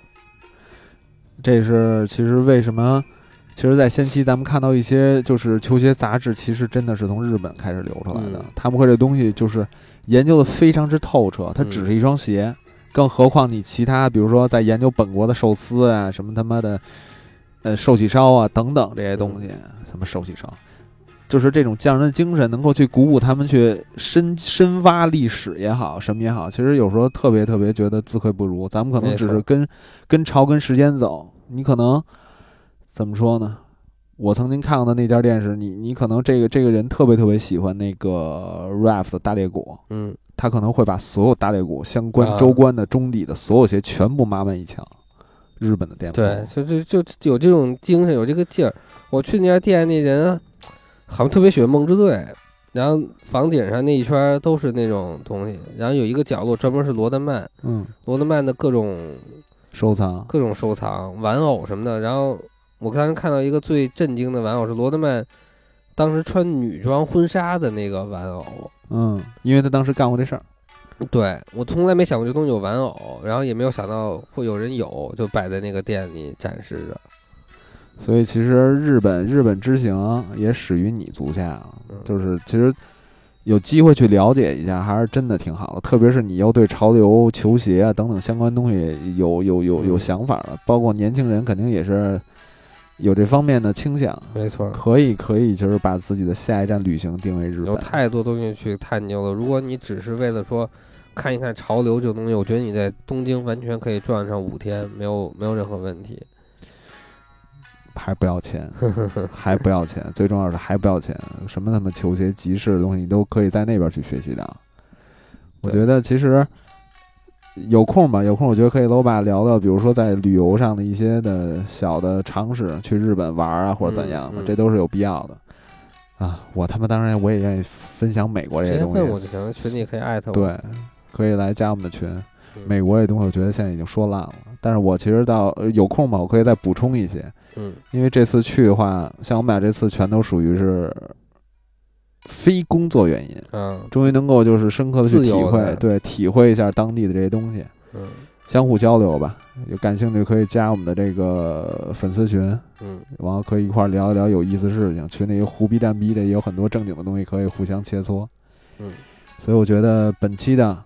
这是其实为什么，其实，在先期咱们看到一些就是球鞋杂志，其实真的是从日本开始流出来的。
嗯
他们会这东西就是研究的非常之透彻，它
嗯
只是一双鞋，更何况你其他，比如说在研究本国的寿司啊，什么他妈的，呃，寿喜烧啊等等这些东西，
嗯
什么寿喜烧。就是这种匠人的精神，能够去鼓舞他们去深深挖历史也好，什么也好，其实有时候特别特别觉得自愧不如。咱们可能
没
只
错
是跟跟潮跟时间走，你可能怎么说呢？我曾经看过的那家店是你，你可能这个这个人特别特别喜欢那个 Raf 的大裂谷，
嗯，
他可能会把所有大裂谷相关
啊
周关的中底的所有鞋全部码满一墙。日本的店铺，
对，就就就有这种精神，有这个劲儿。我去那家店，那人好像特别喜欢梦之队，然后房顶上那一圈儿都是那种东西，然后有一个角落专门是罗德曼，
嗯，
罗德曼的各种
收藏，
各种收藏、玩偶什么的。然后我当时看到一个最震惊的玩偶是罗德曼当时穿女装婚纱的那个玩偶。
嗯，因为他当时干过这事儿，
对我从来没想过这东西有玩偶，然后也没有想到会有人有，就摆在那个店里展示着。
所以其实日本日本之行也始于你足下啊
嗯，
就是其实有机会去了解一下，还是真的挺好的。特别是你又对潮流、球鞋啊等等相关东西有有有有
嗯
想法了，包括年轻人肯定也是有这方面的倾向。
没错，
可以可以，就是把自己的下一站旅行定为日本。
有太多东西去探究了。如果你只是为了说看一看潮流这种东西，我觉得你在东京完全可以转上五天，没有没有任何问题。
还不要钱，还不要钱，最重要的是还不要钱。什么他妈球鞋、集市的东西，你都可以在那边去学习到。我
对
觉得其实有空吧，有空我觉得可以搂把聊聊，比如说在旅游上的一些的小的常识，去日本玩啊或者怎样的，
嗯嗯
这都是有必要的。啊，我他妈当然我也愿意分享美国这
直
些
接
东西。
问我就行，群里可以艾特我。
对，可以来加我们的群。
嗯
美国这东西，我觉得现在已经说烂了，但是我其实到呃有空吧，我可以再补充一些。
嗯，
因为这次去的话，像我们俩这次全都属于是非工作原因，
嗯
终于能够就是深刻的去
自
体
由
会
的，
对，体会一下当地的这些东西，
嗯
相互交流吧。有感兴趣可以加我们的这个粉丝群，
嗯，
然后可以一块儿聊一聊有意思的事情。群里胡逼蛋逼的也有很多正经的东西可以互相切磋。
嗯，
所以我觉得本期的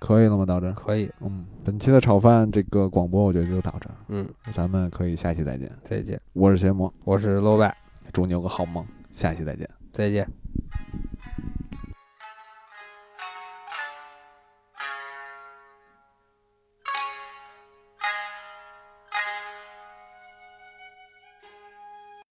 可以了吗？到这儿，
可以，
嗯，本期的炒饭这个广播我觉得就到这儿，
嗯，
咱们可以下期再见。
再见，
我是邪魔。
我是 low 爸，
祝你有个好梦，下期再见。
再见。